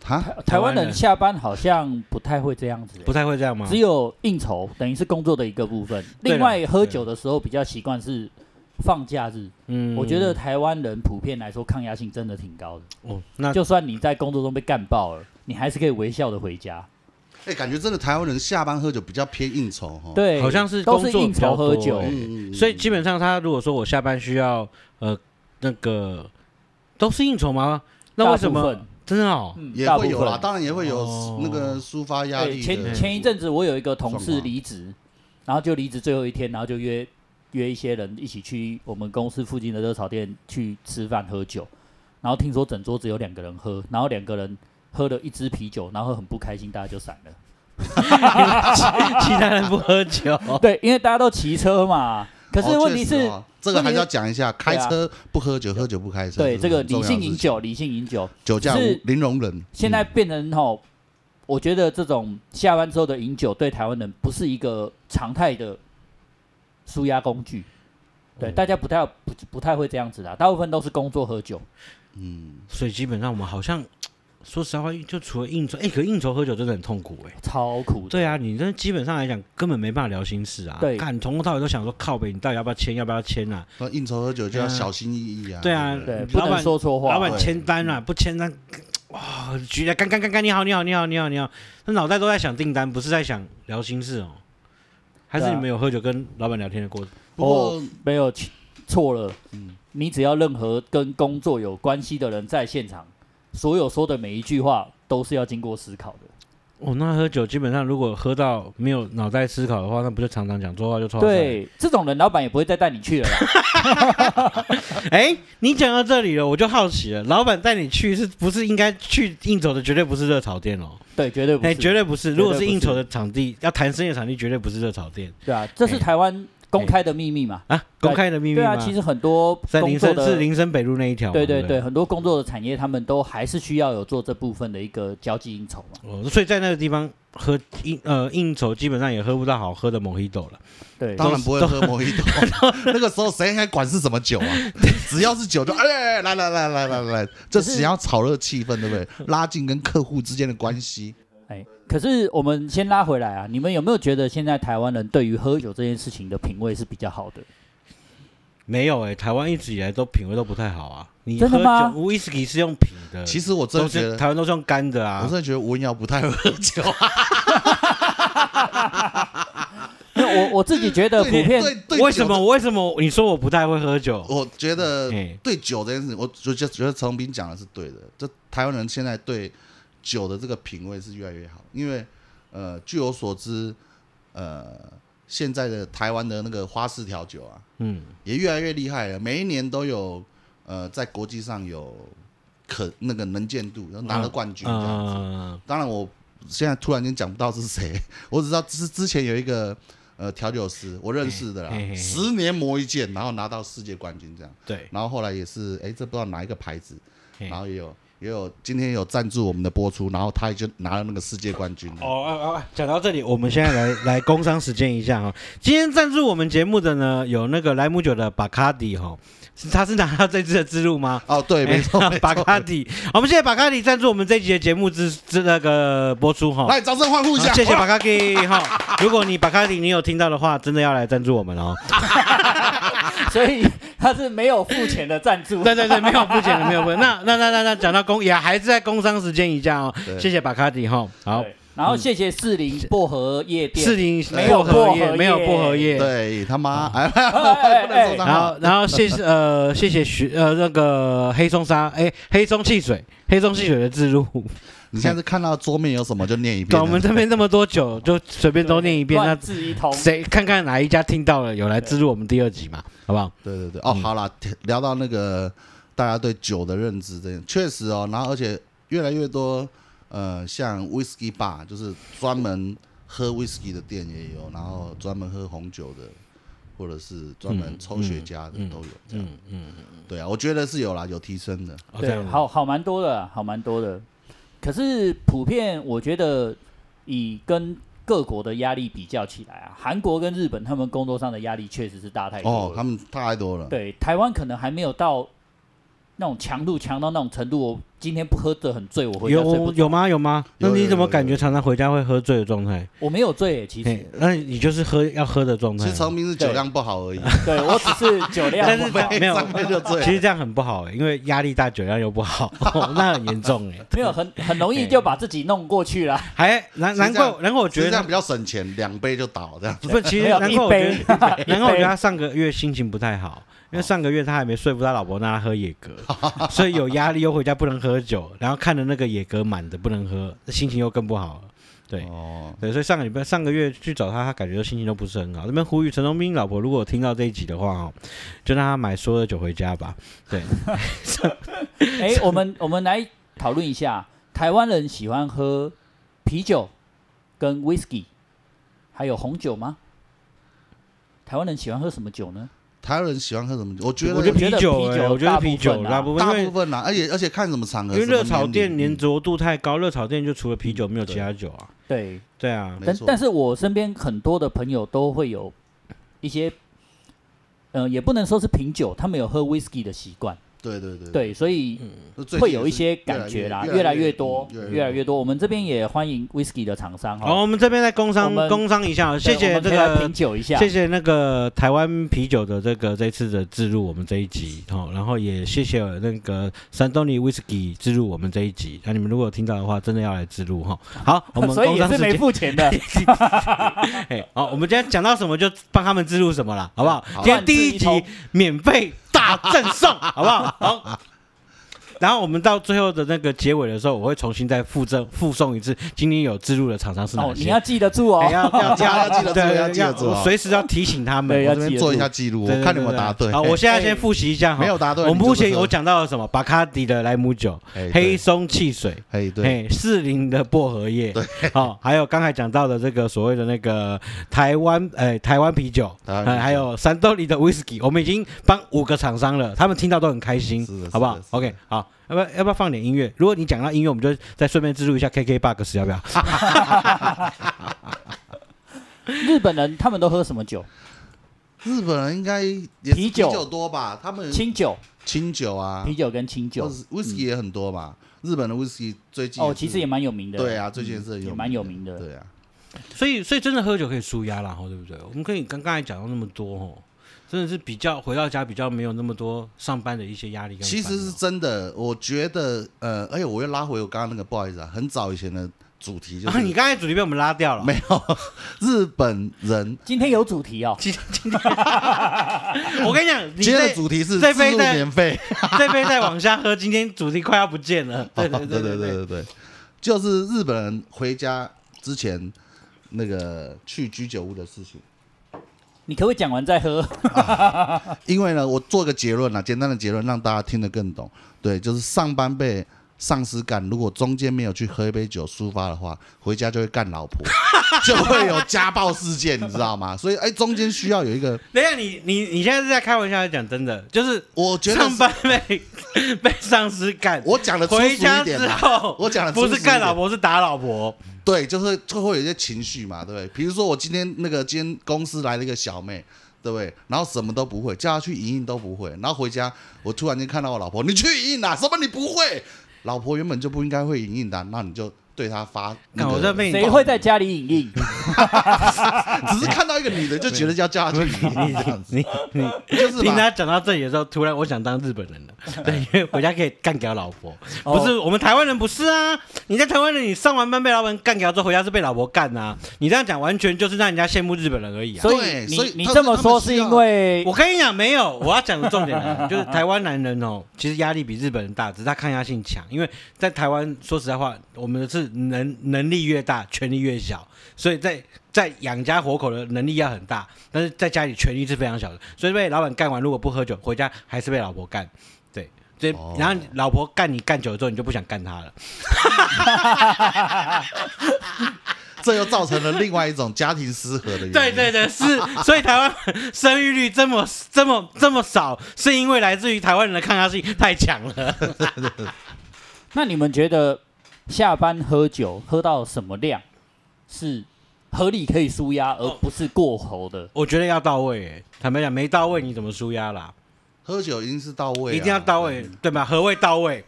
Speaker 2: 哈，
Speaker 3: 台湾
Speaker 1: 台湾
Speaker 3: 人
Speaker 1: 人
Speaker 3: 下班好像不太会这样子、
Speaker 1: 不太会这样吗
Speaker 3: 只？有应酬，等于是工作的一个部分。
Speaker 1: 对啦
Speaker 3: 另外，喝酒的时候比较习惯是放假日。
Speaker 1: 嗯，
Speaker 3: 我觉得台湾人普遍来说抗压性真的挺高的，
Speaker 1: 哦，那
Speaker 3: 就算你在工作中被干爆了，你还是可以微笑的回家。
Speaker 2: 哎、感觉真的台湾人下班喝酒比较偏应酬哈。
Speaker 3: 对，
Speaker 1: 好像是
Speaker 3: 都是
Speaker 1: 工作
Speaker 3: 应
Speaker 1: 比较
Speaker 3: 酬喝
Speaker 1: 多
Speaker 3: 酒
Speaker 1: 欸。
Speaker 2: 嗯，嗯嗯
Speaker 1: 所以基本上他如果说我下班需要呃那个都是应酬吗？那为什
Speaker 3: 大部
Speaker 1: 么
Speaker 3: 分？
Speaker 1: 真的
Speaker 3: [laughs]
Speaker 1: 哦？
Speaker 3: 嗯
Speaker 2: 也
Speaker 3: 大
Speaker 2: 会
Speaker 3: 部
Speaker 2: 有
Speaker 3: 分
Speaker 2: 啦，当然也会
Speaker 1: 哦
Speaker 2: 有那个抒发压
Speaker 3: 对，
Speaker 2: 力的。
Speaker 3: 前前一阵子我有一个同
Speaker 2: 状
Speaker 3: 事
Speaker 2: 况
Speaker 3: 离职，然后就离职最后一天，然后就约约一些人一起去我们公司附近的热炒店去吃饭喝酒，然后听说整桌只有两个人喝，然后两个人喝了一支啤酒，然后很不开心，大家就散了。
Speaker 1: 其他人不喝酒，
Speaker 3: 对，因为大家都骑车嘛。可是
Speaker 2: 哦
Speaker 3: 问题
Speaker 2: 确实
Speaker 3: 是，
Speaker 2: 哦这个还是要讲一下，
Speaker 3: 对
Speaker 2: 开
Speaker 3: 啊
Speaker 2: 车不喝酒，喝酒不开车。
Speaker 3: 对
Speaker 2: 是
Speaker 3: 这个
Speaker 2: 很重
Speaker 3: 理
Speaker 2: 要的
Speaker 3: 性
Speaker 2: 事
Speaker 3: 饮
Speaker 2: 情，
Speaker 3: 酒，理性饮酒，
Speaker 2: 酒驾
Speaker 3: 只
Speaker 2: 无
Speaker 3: 是
Speaker 2: 零容忍。嗯
Speaker 3: 现在变成吼，我觉得这种下班之后的饮酒对台湾人不是一个常态的舒压工具。对，大家不太不不太会这样子啦，大部分都是工作喝酒。
Speaker 2: 嗯，
Speaker 1: 所以基本上我们好像说实话，就除了应酬，哎、可应酬喝酒真的很痛苦哎、
Speaker 3: 超苦的。
Speaker 1: 对啊，你这基本上来讲根本没办法聊心事啊。
Speaker 3: 对
Speaker 1: 干从头到尾都想说靠北，你到底要不要签，要不要签啊？
Speaker 2: 那应酬喝酒就要
Speaker 1: 对啊
Speaker 2: 小心翼翼啊。
Speaker 1: 对啊
Speaker 2: 不
Speaker 3: 对，不
Speaker 1: 老板
Speaker 3: 能说错话。
Speaker 1: 老板
Speaker 2: 对
Speaker 1: 签单啊，不签单，哇，举来干干干干，你好，你好，你好，你好，你好，他脑袋都在想订单，不是在想聊心事哦。还是
Speaker 3: 对啊
Speaker 1: 你们有喝酒跟老板聊天的过程？
Speaker 2: 不过
Speaker 3: 没有错了。
Speaker 1: 嗯
Speaker 3: 你只要任何跟工作有关系的人在现场，所有说的每一句话都是要经过思考的。
Speaker 1: 哦，那喝酒基本上如果喝到没有脑袋思考的话，那不就常常讲错话就错。，
Speaker 3: 对，这种人老板也不会再带你去了 [laughs] 啦。
Speaker 1: 哎，你讲到这里了，我就好奇了，老板带你去是不是应该去应酬的？绝对不是热炒店哦，
Speaker 3: 对，绝对不
Speaker 1: 哎，
Speaker 3: 是。
Speaker 1: 绝对不是。
Speaker 3: 绝对
Speaker 1: 如果是
Speaker 3: 不是
Speaker 1: 应酬的场地，要谈生意的场地，绝对不是哎热炒店
Speaker 3: 对啊，这是台湾公开的秘密嘛。
Speaker 1: 啊，公开的秘密
Speaker 3: 对啊，
Speaker 1: 吗
Speaker 3: 其实很多
Speaker 1: 在
Speaker 3: 工
Speaker 1: 林
Speaker 3: 作
Speaker 1: 森是
Speaker 3: 的，
Speaker 1: 林森北路那一条嘛，
Speaker 3: 对
Speaker 1: 对
Speaker 3: 对
Speaker 1: 不
Speaker 3: 对，。很多工作的产业，他们都还是需要有做这部分的一个交际应酬嘛。
Speaker 1: 哦，所以在那个地方喝应呃应酬，基本上也喝不到好喝的 Mojito 了。
Speaker 3: 对，
Speaker 2: 当然不会喝莫
Speaker 3: [laughs]
Speaker 2: 一朵，那个时候谁还管是什么酒啊？只要是酒就哎，来来来来来来，这只要炒热气氛，对不对？拉近跟客户之间的关系。
Speaker 3: 哎，可是我们先拉回来啊，你们有没有觉得现在台湾人对于喝酒这件事情的品味是比较好的？
Speaker 1: 没有哎、台湾一直以来都品味都不太好啊。你
Speaker 3: 真
Speaker 1: 喝
Speaker 3: 的吗
Speaker 1: 酒威士忌是用品的，
Speaker 2: 其
Speaker 1: 实
Speaker 2: 实我真
Speaker 1: 呃都
Speaker 2: 的觉
Speaker 1: 是
Speaker 2: 得，
Speaker 1: 台湾都是用干的
Speaker 2: 我
Speaker 1: 啊
Speaker 2: 真。的觉得文瑶不
Speaker 3: [laughs]
Speaker 2: 太会喝酒啊。
Speaker 3: 因为我我自己觉得
Speaker 2: [laughs]
Speaker 3: 普
Speaker 2: 对
Speaker 3: 遍
Speaker 2: 对对，
Speaker 1: 为什么？为什么你说我不太会喝酒？
Speaker 2: 我觉得
Speaker 1: 哎
Speaker 2: 对酒这件事情，我就觉得觉得陈宏斌讲的是对的。这台湾人现在对酒的这个品味是越来越好，因为呃，据我所知，呃，现在的台湾的那个花式调酒啊，
Speaker 1: 嗯，
Speaker 2: 也越来越厉害了，每一年都有呃，在国际上有可那个能见度，然后拿了冠军这样子。
Speaker 1: 嗯，
Speaker 2: 当然，我现在突然间讲不到是谁， [laughs] 我只知道之之前有一个呃调酒师，我认识的啦
Speaker 1: 嘿嘿，嘿
Speaker 2: 十年磨一剑，然后拿到世界冠军这样。
Speaker 1: 对，
Speaker 2: 然后后来也是，哎，这不知道哪一个牌子，
Speaker 1: 嘿
Speaker 2: 然后也有也有今天有赞助我们的播出，然后他也就拿了那个世界冠军。
Speaker 1: 哦啊啊！啊讲到这里，我们现在来 [laughs] 来工商实践一下哈、今天赞助我们节目的呢，有那个莱姆酒的巴卡迪哈，是他是拿到这支的之路吗？
Speaker 2: 哦，对，没错，
Speaker 1: [laughs]
Speaker 2: 没错
Speaker 1: 巴卡迪，我们谢谢巴卡迪赞助我们这集的节目之之那个播出哈。
Speaker 2: 来，掌声欢呼一
Speaker 1: 好
Speaker 2: 下，
Speaker 1: 哦谢谢
Speaker 2: 哇
Speaker 1: 巴卡迪哈！如果你巴卡迪你有听到的话，真的要来赞助我们哦。
Speaker 3: 所以他是没有付钱的赞
Speaker 1: [laughs] [laughs]
Speaker 3: 助。[laughs]
Speaker 1: 对对对，没有不钱的，没有不钱。那那那那那讲到工也还是在工商时间一下哦。
Speaker 2: 对
Speaker 1: 谢谢巴卡迪哈。好，嗯
Speaker 3: 对，然后谢谢四零薄荷夜店。
Speaker 1: 四零
Speaker 3: 没有薄荷
Speaker 1: 叶，
Speaker 3: 叶
Speaker 1: 没有薄荷叶。
Speaker 2: 对
Speaker 1: [laughs]
Speaker 2: 他妈，哎， [laughs]
Speaker 3: 哎，
Speaker 2: 不能
Speaker 3: 哎
Speaker 2: 说
Speaker 3: 哎
Speaker 2: 脏
Speaker 1: 然
Speaker 2: 话。
Speaker 1: 后，然后谢谢呃，谢谢徐呃那个黑松沙，哎，黑松汽水，黑松汽水的自入。
Speaker 2: 你现在是看到桌面有什么就念一遍
Speaker 1: 对，
Speaker 2: 啊。
Speaker 1: 我们这边这么多酒，就随便都念一遍。那
Speaker 3: 乱字一通。
Speaker 1: 谁看看哪一家听到了有来资助我们第二集嘛，好不好？
Speaker 2: 对对对，
Speaker 1: 嗯
Speaker 2: 哦，好啦，聊到那个大家对酒的认知，这样确实哦，然后而且越来越多，呃，像 whisky bar 就是专门喝 whisky 的店也有，然后专门喝红酒的或者是专门抽雪茄的
Speaker 1: 嗯嗯
Speaker 2: 都有这样。
Speaker 1: 嗯嗯，
Speaker 2: 对啊，我觉得是有啦，有提升的。
Speaker 1: 哦这
Speaker 3: 对，
Speaker 1: 样子
Speaker 3: 好好蛮多的啊，好蛮多的。可是普遍我觉得，以跟各国的压力比较起来啊，韩国跟日本他们工作上的压力确实是
Speaker 1: 哎
Speaker 3: 大太多了。
Speaker 2: 哦，他们太多了。
Speaker 3: 对台湾可能还没有到那种强度强到那种程度。我今天不喝得很醉，我回家睡不
Speaker 1: 有
Speaker 3: 着
Speaker 1: 有？吗？有吗？那
Speaker 2: 有有
Speaker 1: 你怎么
Speaker 2: 有
Speaker 1: 感
Speaker 2: 有
Speaker 1: 觉常常回家会喝醉的状态？
Speaker 3: 我没有醉耶，其
Speaker 1: 嘿
Speaker 3: 实，
Speaker 1: 那你就是喝要喝的状态
Speaker 2: 其
Speaker 1: 吗。
Speaker 2: 实成名是酒量不好而已，
Speaker 3: 对我只是酒量
Speaker 1: [laughs] 但
Speaker 3: 不
Speaker 1: 是
Speaker 3: 好，
Speaker 1: 没有
Speaker 2: 上面就醉了
Speaker 1: 其实这样很不好、欸，因为压力大，酒量又不好， [laughs] 哦那很严重哎、
Speaker 3: 没有很很容易就把自己弄过去啦。
Speaker 1: 还难
Speaker 2: 其实
Speaker 1: 难
Speaker 2: 这样
Speaker 1: 怪，难怪我
Speaker 2: 其
Speaker 1: 觉
Speaker 2: 实
Speaker 1: 得
Speaker 2: 这样
Speaker 1: 他
Speaker 2: 比较省钱，两杯就倒这样。
Speaker 1: 不，其实
Speaker 3: 没有
Speaker 1: 难
Speaker 3: 一
Speaker 1: 怪我觉
Speaker 3: 杯
Speaker 1: 得， [laughs] 难怪我觉得
Speaker 3: 一杯
Speaker 1: 他上个月心情不太好，因为上个月他还没说服他老婆让他喝野格，所以有压力又回家不能喝酒，然后看着那个野格满的不能喝，心情又更不好了。对
Speaker 2: 哦，
Speaker 1: 对，所以上个礼拜上个月去找他，他感觉心情都不是很好。这边呼吁陈荣斌老婆，如果有听到这一集的话哦，就让他买所有的酒回家吧。对，
Speaker 2: [laughs]
Speaker 3: 哎、我们我们来讨论一下，台湾人喜欢喝啤酒、跟 whisky，还有红酒吗？台湾人喜欢喝什么酒呢？
Speaker 2: 台湾人喜欢喝什么酒？我觉
Speaker 1: 我
Speaker 2: 得
Speaker 1: 觉得啤
Speaker 3: 觉得
Speaker 1: 酒、
Speaker 3: 啤
Speaker 1: 欸，
Speaker 3: 酒
Speaker 1: 我觉得
Speaker 3: 大
Speaker 1: 啤
Speaker 3: 部分
Speaker 1: 酒
Speaker 3: 啦
Speaker 1: 大部分，因
Speaker 2: 大
Speaker 1: 为
Speaker 2: 部分啦，而且而且看什么场合，
Speaker 1: 因为
Speaker 2: 什么
Speaker 1: 热炒店
Speaker 2: 年
Speaker 1: 粘
Speaker 2: 龄
Speaker 1: 着度太高，热炒店就除了啤酒没有其他酒啊。
Speaker 3: 嗯对，
Speaker 1: 对啊，
Speaker 2: 没
Speaker 3: 但
Speaker 2: 错
Speaker 3: 但是我身边很多的朋友都会有一些，呃，也不能说是品酒，他们有喝 whisky 的习惯，
Speaker 2: 对对对，
Speaker 3: 对，所以
Speaker 1: 嗯
Speaker 2: 最近
Speaker 3: 会有
Speaker 2: 也
Speaker 3: 一
Speaker 2: 是
Speaker 3: 些感觉啦，
Speaker 2: 越
Speaker 3: 越
Speaker 2: 来
Speaker 3: 来
Speaker 2: 越
Speaker 3: 越多，
Speaker 2: 嗯
Speaker 3: 越来越多。我们这边也欢迎 whisky 的厂商
Speaker 1: 好，
Speaker 3: 哦，
Speaker 1: 我们这边再工商
Speaker 3: 我们
Speaker 1: 工商一下哦，
Speaker 3: 对
Speaker 1: 谢谢
Speaker 3: 我们
Speaker 1: 这
Speaker 3: 可以来
Speaker 1: 个
Speaker 3: 品。酒一下，
Speaker 1: 谢谢那个台湾啤酒的这个这次的置入我们这一集哦，然后也谢谢那个山东尼 whisky 置入我们这一集。那、你们如果有听到的话，真的要来置入哈、
Speaker 3: [laughs]
Speaker 1: 好，我们
Speaker 3: 所以
Speaker 1: 工
Speaker 3: 也
Speaker 1: 商
Speaker 3: 是
Speaker 1: 时
Speaker 3: 没
Speaker 1: 间，
Speaker 3: 付钱的，
Speaker 1: 哎，好，我们今天讲到什么就帮他们置入什么啦，好不好？
Speaker 2: 好
Speaker 1: 今天第一集
Speaker 3: 万字一
Speaker 1: 免费大赠送，
Speaker 3: [laughs]
Speaker 1: 好不好？好。然后我们到最后的那个结尾的时候，我会重新再附赠附送一次今天有置入的厂商是
Speaker 3: 哦
Speaker 1: 哪，
Speaker 3: 你
Speaker 1: 些。
Speaker 3: 要记得住
Speaker 1: 哎
Speaker 3: 哦。
Speaker 1: 要要
Speaker 2: 要记得做
Speaker 1: 对
Speaker 2: 要记得做
Speaker 1: 我随时要提醒他们
Speaker 3: 对。
Speaker 2: 我
Speaker 3: 要
Speaker 2: 这边
Speaker 3: 记得
Speaker 2: 做一
Speaker 3: 住
Speaker 2: 下记录，
Speaker 1: 我
Speaker 2: 我看你有没有答对。
Speaker 1: 好，我现在先
Speaker 3: 哎
Speaker 1: 复习一下哈。
Speaker 2: 没有答对，
Speaker 1: 我们目
Speaker 2: 你
Speaker 1: 前
Speaker 2: 就
Speaker 1: 有
Speaker 2: 是
Speaker 1: 讲到了什么？巴卡迪的莱姆酒、
Speaker 2: 哎
Speaker 1: 黑
Speaker 2: 对
Speaker 1: 松汽水、
Speaker 2: 哎对，
Speaker 1: 嘿，四零的薄荷叶， [laughs] 好，还有刚才讲到的这个所谓的那个台湾，哎，台湾啤酒，
Speaker 2: 台湾啤
Speaker 1: 呃
Speaker 2: 酒
Speaker 1: 还有山豆里的 whisky，我们已经帮五个厂商了，他们听到都很开心
Speaker 2: 是的，
Speaker 1: 好不好
Speaker 2: 是的是的
Speaker 1: ？OK，好，要不要要不要放点音乐？如果你讲到音乐，我们就再顺便植入一下 KK Box，要不要？
Speaker 3: 日本人他们都喝什么酒？
Speaker 2: 日本人应该也是
Speaker 3: 啤
Speaker 2: 啤
Speaker 3: 酒
Speaker 2: 酒多吧？他们
Speaker 3: 清酒、
Speaker 2: 清酒呃啊，
Speaker 3: 啤酒跟清酒
Speaker 2: 或是 whisky 也很多吧？日本的 whisky 最近
Speaker 3: 哦，
Speaker 2: 是
Speaker 3: 其实也蛮有名的。嗯
Speaker 2: 对啊，最近也是很
Speaker 3: 也
Speaker 2: 有
Speaker 3: 蛮有名的。
Speaker 2: 对啊，
Speaker 1: 所以，所以真的喝酒可以舒压啦，吼，对不对？我们可以刚刚才讲到那么多，吼，真的是比较回到家比较没有那么多上班的一些压力跟烦
Speaker 2: 其
Speaker 1: 恼。
Speaker 2: 实是真的，我觉得呃，而且我又拉回我刚刚那个，不好意思啊，很早以前的主题就
Speaker 1: 啊，你
Speaker 2: 是
Speaker 1: 刚才主题被我们拉掉了。
Speaker 2: 没有日本人。
Speaker 3: 今天有主题哦，
Speaker 1: 今今天，我跟你讲，你
Speaker 2: 今天的
Speaker 1: 这
Speaker 2: 主题是
Speaker 1: 这
Speaker 2: 自
Speaker 1: 杯
Speaker 2: 助
Speaker 1: 的
Speaker 2: 免费，
Speaker 1: 这杯再往下喝，今天主题快要不见了。 [laughs] 对
Speaker 2: [laughs]
Speaker 1: 对对
Speaker 2: 对
Speaker 1: 对对，
Speaker 2: 对对，就是日本人回家之前那个去居酒屋的事情。
Speaker 3: 你可不可以讲完再喝？
Speaker 2: 因为呢，我做个结论啦，简单的结论让大家听得更懂。对，就是上班被上司干，如果中间没有去喝一杯酒抒发的话，回家就会干老婆， [laughs] 就会有家暴事件，你知道吗？所以，哎，中间需要有一个，
Speaker 1: 等一下你你你现在是在开玩笑，还是讲真的，就是
Speaker 2: 我觉得
Speaker 1: 上班被被上司干，
Speaker 2: 我讲的粗俗
Speaker 1: 回家
Speaker 2: 一
Speaker 1: 之
Speaker 2: 点啦，
Speaker 1: 后
Speaker 2: 我讲的
Speaker 1: 不是干老婆
Speaker 2: 婆，
Speaker 1: 是打老婆。
Speaker 2: 对，就是就会有一些情绪嘛，对不对？比如说我今天那个今天公司来了一个小妹。对不对？然后什么都不会，叫她去营运都不会。然后回家，我突然间看到我老婆，你去营运啊？什么你不会？老婆原本就不应该会营运的、啊那你就对她发那
Speaker 1: 干
Speaker 2: 个。
Speaker 1: 我在被你
Speaker 3: 谁会在家里饮饮？
Speaker 2: [laughs] 只是看到一个女的就觉得要叫她去营运这样子，
Speaker 1: 你你
Speaker 2: 就是
Speaker 1: 听
Speaker 2: 嘛
Speaker 1: 他讲到这里的时候，突然我想当日本人了，对，因为回家可以干掉老婆。
Speaker 3: 哦
Speaker 1: 不是我们台湾人不是啊，你在台湾人，你上完班被老板干掉之后，回家是被老婆干啊。你这样讲完全就是让人家羡慕日本人而已啊。
Speaker 3: 所以
Speaker 2: 对
Speaker 3: 你
Speaker 2: 所以
Speaker 3: 你
Speaker 2: 他
Speaker 3: 这么说
Speaker 2: 他们
Speaker 3: 是
Speaker 2: 需要
Speaker 3: 因为
Speaker 1: [laughs] 我跟你讲，没有，我要讲的重点来 [laughs] 了就是台湾男人哦，其实压力比日本人大，只是他抗压性强。因为在台湾，说实在话，我们是能能力越大，权力越小，所以在在养家活口的能力要很大，但是在家里权力是非常小的，所以被老板干完，如果不喝酒，回家还是被老婆干。对，所以、
Speaker 2: 哦
Speaker 1: 然后老婆干你干久了之后，你就不想干他了。
Speaker 2: 这又造成了另外一种家庭失和的原因。
Speaker 1: 对对对，是，所以台湾生育率这么这么这么少，是因为来自于台湾人的抗压性太强了。
Speaker 3: 那你们觉得下班喝酒喝到什么量是合理可以舒压，而不是过头的？
Speaker 1: 我觉得要到位、欸，坦白讲，没到位你怎么舒压啦？
Speaker 2: 喝酒一定是到位、啊，
Speaker 1: 一定要到位，对吧？何谓到
Speaker 2: [laughs]
Speaker 1: 位？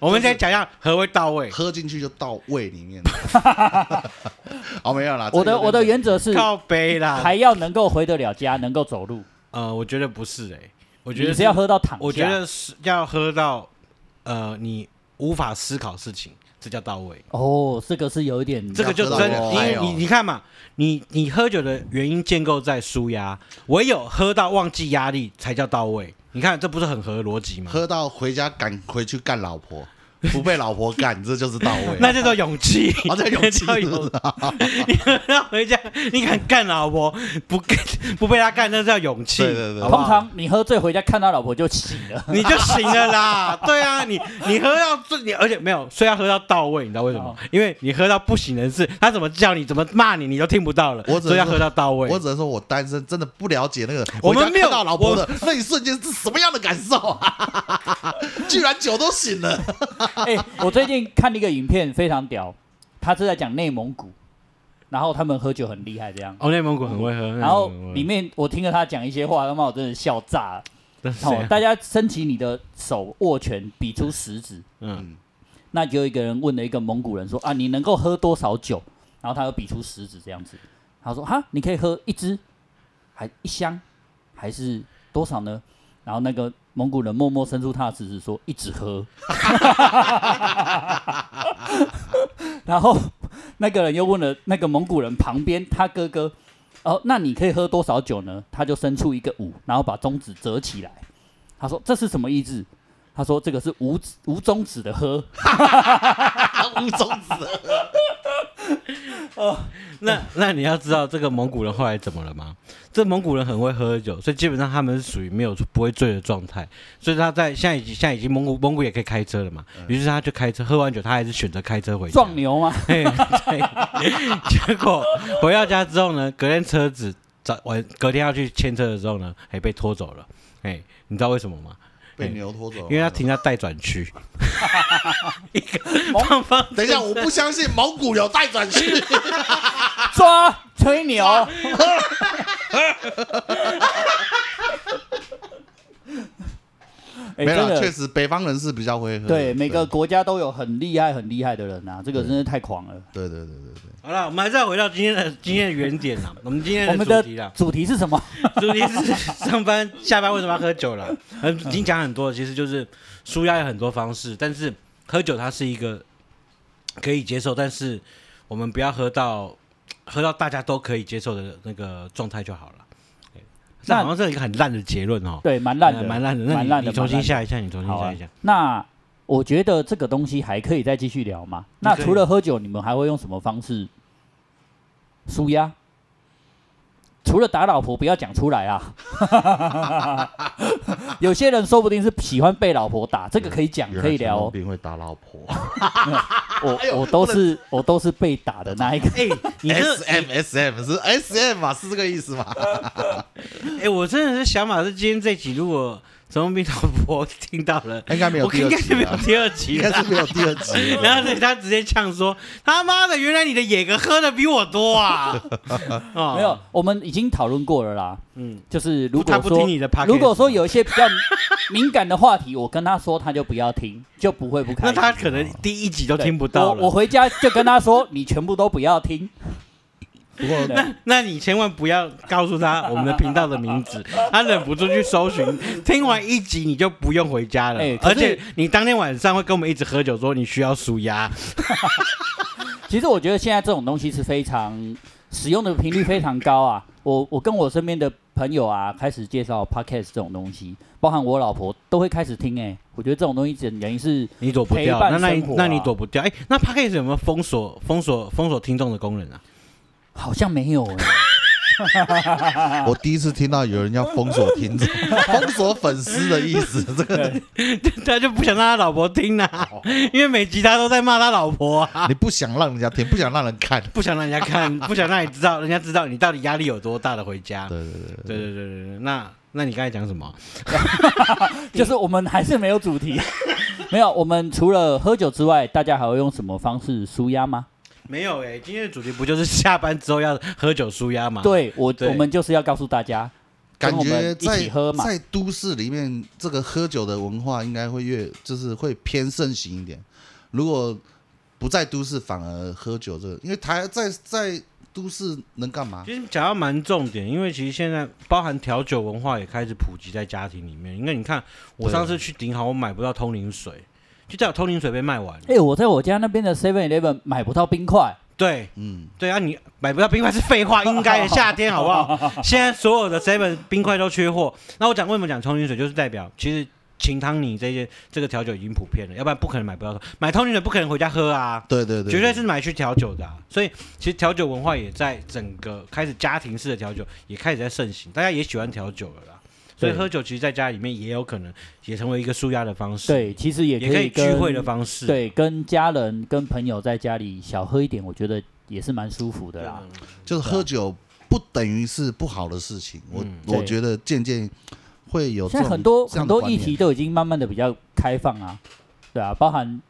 Speaker 1: 我们先讲一下何谓到位。
Speaker 2: 喝进去就到胃里面。
Speaker 1: [laughs]
Speaker 2: 哦，没有啦，
Speaker 3: 我的
Speaker 2: 这个
Speaker 3: 我的原则是，
Speaker 1: 靠背啦，
Speaker 3: 还要能够回得了家，能够走路。
Speaker 1: 呃，我觉得不是哎、欸，我觉
Speaker 3: 你
Speaker 1: 得
Speaker 3: 是要，喝到躺下。
Speaker 1: 我觉得是要喝到呃，你无法思考事情，这叫到位。
Speaker 3: 哦，这个是有一点，
Speaker 1: 这个就
Speaker 2: 要喝到
Speaker 1: 真的，
Speaker 2: 我
Speaker 1: 因
Speaker 2: 嗨
Speaker 1: 为
Speaker 2: 哦
Speaker 1: 你你看嘛，你你喝酒的原因建构在舒压，唯有喝到忘记压力才叫到位。你看，这不是很合逻辑吗？
Speaker 2: 喝到回家赶回去干老婆， [laughs] 不被老婆干，这就是到位。啊
Speaker 1: [laughs] 那叫做勇气，
Speaker 2: 哦这叫勇气
Speaker 1: 叫勇你要回家，你敢干老婆，不干不被他干，那叫勇气。
Speaker 2: 对对对
Speaker 1: 好不好
Speaker 3: 通常你喝醉回家看到老婆就醒了。
Speaker 1: 你就醒了
Speaker 2: [laughs]
Speaker 1: 啦。对啊，你你喝到最，你而且没有，所以要喝到到位，你知道为什么
Speaker 3: 哦？
Speaker 1: 因为你喝到不省人事，他怎么叫你，怎么骂你，你都听不到了。
Speaker 2: 我只能
Speaker 1: 所以要
Speaker 2: 说
Speaker 1: 喝到到位
Speaker 2: 我。只能说我单身，真的不了解那个
Speaker 1: 我们
Speaker 2: 回家
Speaker 1: 没有
Speaker 2: 看到老婆的那一瞬间是什么样的感受啊！ [laughs] 居然酒都醒了， [laughs]
Speaker 3: [laughs] 哎、我最近看了一个影片，非常屌，他是在讲内蒙古，然后他们喝酒很厉害这样。
Speaker 1: 哦，内蒙古很会喝。
Speaker 3: 然后
Speaker 1: 内蒙古很会喝
Speaker 3: 里面我听了他讲一些话，他妈我真的笑炸了。
Speaker 1: 那是谁
Speaker 3: 哦
Speaker 1: 啊，
Speaker 3: 大家伸起你的手握拳，比出食指。
Speaker 1: 嗯，
Speaker 3: 那有一个人问了一个蒙古人说：“啊，你能够喝多少酒？”然后他又比出食指这样子。他说：“哈，你可以喝一支，还一箱，还是多少呢？”然后那个蒙古人默默伸出他的食指说：“一直喝。” [laughs] 然后那个人又问了那个蒙古人旁边他哥哥：“哦，那你可以喝多少酒呢？”他就伸出一个五，然后把中指折起来。他说：“这是什么意志？”他说：“这个是无指无中指的喝。”
Speaker 2: 无中指。
Speaker 1: 那那你要知道这个蒙古人后来怎么了吗？这蒙古人很会喝酒，所以基本上他们是属于没有不会醉的状态。所以他在现在已经现在已经蒙古蒙古也可以开车了嘛，
Speaker 3: 嗯
Speaker 1: 于是他就开车，喝完酒他还是选择开车回家。
Speaker 3: 壮牛吗？ [laughs]
Speaker 1: 嘿，对， [laughs] 结果回到家之后呢，隔天车子早晚隔天要去牵车的时候呢，还被拖走了。哎，你知道为什么吗？
Speaker 2: 被牛拖走了，
Speaker 3: 哦
Speaker 1: 因为他停在待转
Speaker 3: [laughs]
Speaker 1: 区。
Speaker 2: 等一下，我不相信蒙古有待转区，
Speaker 3: 抓吹牛。 [laughs] 哎，
Speaker 2: 没有
Speaker 3: 真
Speaker 2: 啦，确
Speaker 3: 的
Speaker 2: 实北方人是比较会喝的。
Speaker 3: 对每个国家都有很厉害、很厉害的人啊，这个真是太狂了。
Speaker 2: 对对对对对，
Speaker 1: 好了，我们还是要回到今天的今天的原点啦。我们今
Speaker 3: 我
Speaker 1: 天的
Speaker 3: 们
Speaker 1: 主
Speaker 3: 的
Speaker 1: 题啦，
Speaker 3: 主题是什么？ [laughs]
Speaker 1: [laughs] 主题是上班下班为什么要喝酒啦？呃已经讲很多了，其实就是舒压有很多方式，但是喝酒它是一个可以接受，但是我们不要喝到喝到大家都可以接受的那个状态就好了。对这
Speaker 3: 那
Speaker 1: 好像是一个很烂的结论哦，
Speaker 3: 对，蛮烂的，
Speaker 1: 呃蛮烂的。那
Speaker 3: 蛮烂
Speaker 1: 你
Speaker 3: 的。
Speaker 1: 你重新
Speaker 3: 蛮烂
Speaker 1: 下一下，你重
Speaker 3: 的
Speaker 1: 新
Speaker 3: 好
Speaker 1: 下
Speaker 3: 啊
Speaker 1: 一下。。
Speaker 3: 那我觉得这个东西还可以再继续聊嘛。那
Speaker 1: 可以
Speaker 3: 除了喝酒，你们还会用什么方式舒压？除了打老婆，不要讲出来啊！
Speaker 1: [laughs]
Speaker 3: 有些人说不定是喜欢被老婆打，这个可以讲，可以聊哦。
Speaker 2: 定会打老婆
Speaker 3: 我我都是我都是被打的那
Speaker 1: [laughs]
Speaker 3: 一个。
Speaker 1: 哎，你这
Speaker 2: ，S M [laughs] S M 是 S M 啊，是这个意思吗？
Speaker 1: 哎，我真的是想法是今天这集如果陈文斌老婆听到了，
Speaker 2: 应该没有
Speaker 1: 我
Speaker 2: 第
Speaker 1: 应
Speaker 2: 二
Speaker 1: 该
Speaker 2: 集
Speaker 1: 是没有
Speaker 2: 了，
Speaker 1: 第二啊集
Speaker 2: 应
Speaker 1: 了
Speaker 2: 该。是没有第二集了。
Speaker 1: 然后所以他直接呛说：“他妈的，原来你的野哥喝的比我多
Speaker 3: [laughs]
Speaker 1: 啊！”哦
Speaker 3: 没有，，我们已经讨论过了啦。
Speaker 1: 嗯，
Speaker 3: 就是如果
Speaker 1: 他不
Speaker 3: 说
Speaker 1: 听你的 podcast
Speaker 3: 如果说有一些比
Speaker 1: [laughs]
Speaker 3: 较敏感的话题，我跟他说，他就不要听，就不会不开
Speaker 1: 那
Speaker 3: 心。
Speaker 1: 他可能第一集都
Speaker 3: 对
Speaker 1: 听不到
Speaker 3: 我我
Speaker 1: 了。
Speaker 3: 回家就跟他说，你全部都不要听。
Speaker 2: 不过
Speaker 3: 对
Speaker 1: 那你千万不要告诉他我们的频道的名
Speaker 3: [laughs]
Speaker 1: 字，他忍不住去搜寻。听完一集你就不用回家了，
Speaker 3: 哎可
Speaker 1: 而
Speaker 3: 是
Speaker 1: 且你当天晚上会跟我们一直喝酒，说你需要舒压。
Speaker 3: [laughs] 其实我觉得现在这种东西是非常使用的频率非常高啊。我我跟我身边的朋友啊，开始介绍 podcast 这种东西，包含我老婆都会开始听、欸。哎，我觉得这种东西等于是
Speaker 1: 你躲不掉，
Speaker 3: 陪伴
Speaker 1: 那那你
Speaker 3: 生活啊
Speaker 1: 那你躲不掉。哎，那 p a c k a g e 有没有封锁封锁封锁听众的功能啊？
Speaker 3: [laughs] 好像没有哎、
Speaker 2: [laughs] 我第一次听到有人要封锁听 [laughs] 众、封锁粉丝的意 [laughs] 思，这个
Speaker 1: [laughs] 他就不想让他老婆听啦、
Speaker 3: 哦
Speaker 1: 因为每集他都在骂他老婆啊，
Speaker 2: 你不想让人家听，不想让人看。
Speaker 1: 不想让人家
Speaker 2: [laughs]
Speaker 1: 看，不想让你知道，人家知道你到底压力有多大的回家。
Speaker 2: 对对对，
Speaker 1: 对对对对对，那那你刚才讲什么？
Speaker 3: 就是我们还是没有主 [laughs] 题，没有。我们除了喝酒之外，大家还会用什么方式舒压吗？
Speaker 1: 没有哎、今天的主题不就是下班之后要喝酒舒压吗？，
Speaker 3: 对我，
Speaker 1: 对
Speaker 3: 我们就是要告诉大家，跟
Speaker 2: 感
Speaker 3: 我们
Speaker 2: 觉
Speaker 3: 一
Speaker 2: 在
Speaker 3: 起喝嘛。
Speaker 2: 在都市里面，这个喝酒的文化应该会越就是会偏盛行一点。如果不在都市，反而喝酒这个，因为台在在都市能干嘛？
Speaker 1: 其实讲到蛮重点，因为其实现在包含调酒文化也开始普及在家庭里面。因为你看，我上次去顶好，我买不到通灵水，就叫通灵水被卖完了。
Speaker 3: 哎、我在我家那边的 Seven Eleven 买不到冰块，
Speaker 1: 对
Speaker 2: 嗯，
Speaker 1: 对啊，你买不到冰块是废话，应该的，夏天好不
Speaker 3: [laughs]
Speaker 1: 好？现在所有的 seven 冰块都缺货。那我讲为什么讲通灵水，就是代表其实清汤尼这些这个调酒已经普遍了，要不然不可能买不到。买通灵水不可能回家喝啊。
Speaker 2: 对对对，
Speaker 1: 绝对是买去调酒的啊、所以其实调酒文化也在整个开始家庭式的调酒也开始在盛行，大家也喜欢调酒了啦。所以
Speaker 3: 对
Speaker 1: 喝酒其实在家里面也有可能也成为一个舒压的方式，，
Speaker 3: 对，其实也
Speaker 1: 也可以聚
Speaker 3: 跟
Speaker 1: 会的方式，
Speaker 3: 对，跟家人、跟朋友在家里小喝一点，我觉得也是蛮舒服的
Speaker 1: 对
Speaker 3: 啦
Speaker 1: 啊。。
Speaker 2: 就是喝酒不等于是不好的事情。我、
Speaker 1: 嗯
Speaker 2: 我
Speaker 3: 对
Speaker 2: 觉得渐渐会有这
Speaker 3: 现在
Speaker 2: 种
Speaker 3: 很多
Speaker 2: 啊这样
Speaker 3: 很
Speaker 2: 的
Speaker 3: 多
Speaker 2: 观
Speaker 3: 议
Speaker 2: 念
Speaker 3: 题都已经慢慢的比较开放啊，对啊，包含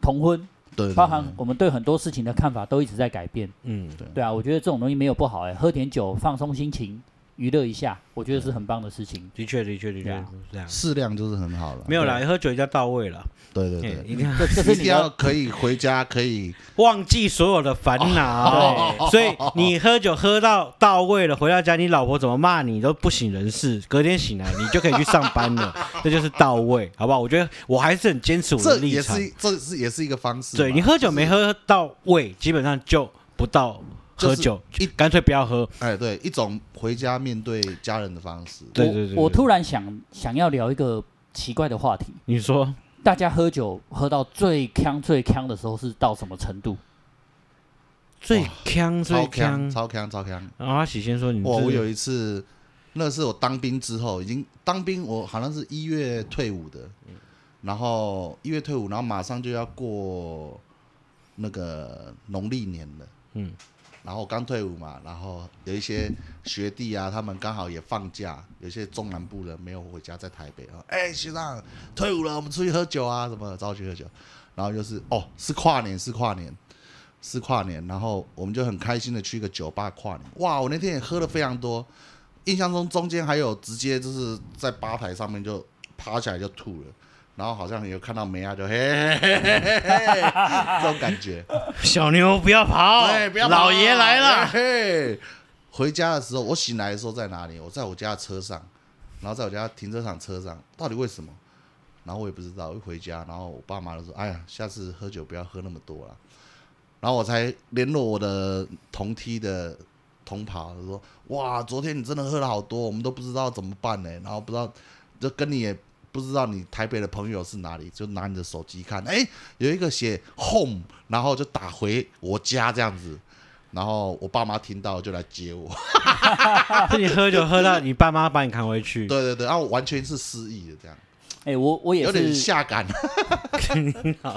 Speaker 3: 同婚，
Speaker 2: 对对
Speaker 3: 包含
Speaker 2: 对
Speaker 3: 我们对很多事情的看法都一直在改变，
Speaker 1: 嗯，
Speaker 3: 对啊，我觉得这种东西没有不好哎、喝点酒放松心情，娱乐一下，我觉得是很棒的事情。
Speaker 1: 的确，的确，的确
Speaker 3: 对
Speaker 1: 是
Speaker 3: 啊
Speaker 1: 这样。
Speaker 2: 适量就是很好了。
Speaker 1: 没有啦，喝酒一定要到位了，
Speaker 2: 对对
Speaker 1: 哎
Speaker 2: 对，
Speaker 1: 一定要
Speaker 3: 这这
Speaker 2: 一
Speaker 3: 是
Speaker 2: 定
Speaker 3: 你的
Speaker 2: 要可以回家，可以
Speaker 1: 忘记所有的烦恼。
Speaker 2: [laughs]
Speaker 3: 对
Speaker 1: 所以你喝酒喝到到位了，回到家你老婆怎么骂你都不省人事，隔天醒来你就可以去上班
Speaker 2: [laughs]
Speaker 1: 了，这就是到位，好不好？我觉得我还是很坚持我的
Speaker 2: 这
Speaker 1: 立
Speaker 2: 也
Speaker 1: 场。
Speaker 2: 是这是也是一个方式嘛。
Speaker 1: 对你喝酒没喝到位，基本上就不到喝酒，
Speaker 2: 就是一
Speaker 1: 干脆不要喝。
Speaker 2: 哎，对，一种回家面对家人的方式。
Speaker 1: 对
Speaker 3: 我
Speaker 1: 对对
Speaker 3: 我
Speaker 1: 对
Speaker 3: 突然想想要聊一个奇怪的话题，
Speaker 1: 你说
Speaker 3: 大家喝酒喝到最呛最呛的时候是到什么程度？
Speaker 1: 最呛最
Speaker 2: 超
Speaker 1: 呛
Speaker 2: 强，，超强，超强！
Speaker 1: 然后阿喜先说你
Speaker 2: 哇，
Speaker 1: 这
Speaker 2: 我有一次，那是我当兵之后，已经当兵，我好像是一月退伍的，然后一月退伍，然后马上就要过那个农历年了，
Speaker 1: 嗯，
Speaker 2: 然后我刚退伍嘛，然后有一些学弟啊，他们刚好也放假，有些中南部人没有回家，在台北啊，哎、学长退伍了，我们出去喝酒啊，什么的找我去喝酒，然后就是哦，是跨年，是跨年。是跨年，然后我们就很开心的去一个酒吧跨年。哇，我那天也喝了非常多，印象中中间还有直接就是在吧台上面就趴起来就吐了，然后好像有看到梅亚就嘿嘿嘿嘿嘿嘿，这种感觉。
Speaker 1: 小牛不要跑，
Speaker 2: 对，哎不要
Speaker 1: 老
Speaker 2: 跑
Speaker 1: 爷来
Speaker 2: [laughs]
Speaker 1: 了。
Speaker 2: 嘿嘿回家的时候，我醒来的时候在哪里？我在我家的车上，然后在我家停车场车上，到底为什么？然后我也不知道。我一回家，然后我爸妈就说：“哎呀，下次喝酒不要喝那么多了。”啊然后我才联络我的同梯的同袍，他说：“哇，昨天你真的喝了好多，我们都不知道怎么办呢、然后不知道，就跟你也不知道你台北的朋友是哪里，就拿你的手机看，哎、有一个写 home，然后就打回我家这样子。然后我爸妈听到就来
Speaker 1: [laughs]
Speaker 2: 接我，
Speaker 1: 是你喝酒喝到你爸妈把你扛回去
Speaker 2: 对，对对，然后我完全是失忆的这样，
Speaker 3: 哎、我我也
Speaker 2: 有点
Speaker 3: 是，啊
Speaker 2: 下
Speaker 1: [laughs]
Speaker 2: 感，啊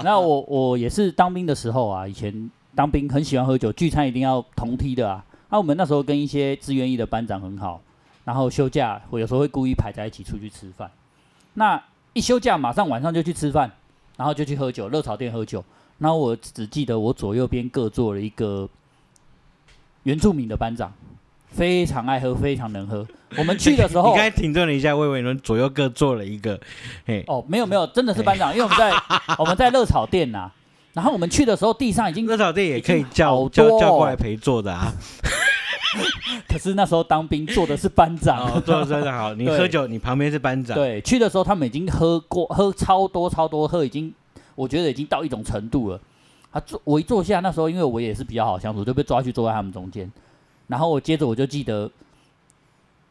Speaker 3: 那我我也是当兵的时候啊，以前当兵很喜欢喝酒，聚餐一定要同梯的啊。那、我们那时候跟一些志愿役的班长很好，然后休假我有时候会故意排在一起出去吃饭。那一休假马上晚上就去吃饭，然后就去喝酒，热炒店喝酒。然后我只记得我左右边各坐了一个原住民的班长，非常爱喝，非常能喝。
Speaker 1: [laughs]
Speaker 3: 我们去的时候，
Speaker 1: 你刚才停顿了一下，魏魏伦左右各做了一个，嘿，
Speaker 3: 哦，没有没有，真的是班长，因为我们在 [laughs] 我们在热炒店呐、然后我们去的时候，地上已经，
Speaker 1: 热炒店也可以
Speaker 3: 已
Speaker 1: 叫叫
Speaker 3: 经好多哦
Speaker 1: 叫过来陪坐的
Speaker 3: [laughs]
Speaker 1: 啊。
Speaker 3: 可是那时候当兵做的是班长，
Speaker 1: 哦，坐真的好，你
Speaker 3: 对
Speaker 1: 喝酒，你旁边是班长，
Speaker 3: 对，去的时候他们已经喝过，喝超多超多，喝已经我觉得已经到一种程度了。啊，坐我一坐下，那时候因为我也是比较好相处，就被抓去坐在他们中间。然后我接着我就记得，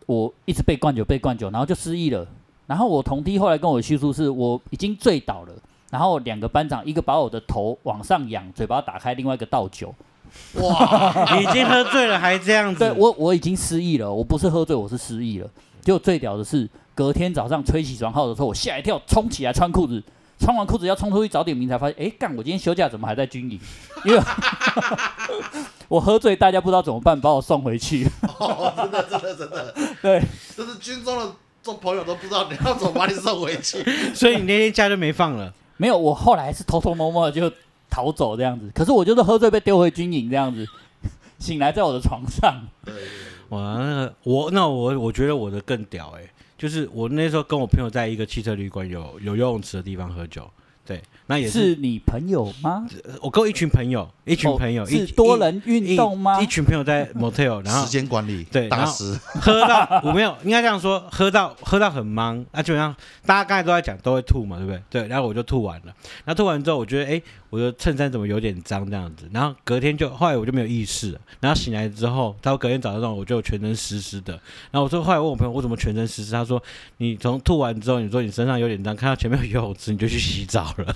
Speaker 3: 我一直被灌酒，被灌酒，然后就失忆了。然后我同梯后来跟我叙述是，我已经醉倒了。然后两个班长，一个把我的头往上仰，嘴巴打开，另外一个倒酒，
Speaker 1: 哇，你已经喝醉了还这样子，
Speaker 3: 对我我已经失忆了，我不是喝醉，我是失忆了。就最屌的是，隔天早上吹起床号的时候，我吓一跳，冲起来穿裤子，穿完裤子要冲出去找点名，才发现，哎、干，我今天休假怎么还在军营？因
Speaker 2: [laughs]
Speaker 3: 为我喝醉，大家不知道怎么办，把我送回去。
Speaker 2: 哦，真的真的真的，
Speaker 3: 对，
Speaker 2: 就是军中的做朋友都不知道你要怎么把你送回去。
Speaker 1: [laughs] 所以你那天假就没放了。
Speaker 3: 没有，我后来是偷偷摸摸的就逃走这样子。可是我就是喝醉被丢回军营这样子，醒来在我的床上。
Speaker 1: 哇，那个我那我我觉得我的更屌哎、就是我那时候跟我朋友在一个汽车旅馆有有游泳池的地方喝酒，对，那也是
Speaker 3: 是你朋友吗？
Speaker 1: 我跟我一群朋友，一群朋友，
Speaker 3: 哦
Speaker 1: 一
Speaker 3: 是多人运
Speaker 1: 一
Speaker 3: 动吗
Speaker 1: 一？群朋友在 motel，然后
Speaker 2: [laughs] 时间管理
Speaker 1: 对
Speaker 2: 大
Speaker 1: 然后
Speaker 2: 师， [laughs]
Speaker 1: 喝到我没有，应该这样说，喝到喝到很忙，那、基本上大家刚才都在讲都会吐嘛，对不对？对，然后我就吐完了，然后吐完之后，我觉得哎、诶我的衬衫怎么有点脏这样子，然后隔天就后来我就没有意识了，然后醒来之后，到隔天早上我就全身湿湿的，然后我说后来问我朋友我怎么全身湿湿，他说你从吐完之后，你说你身上有点脏，看到前面有游泳池你就去洗澡了。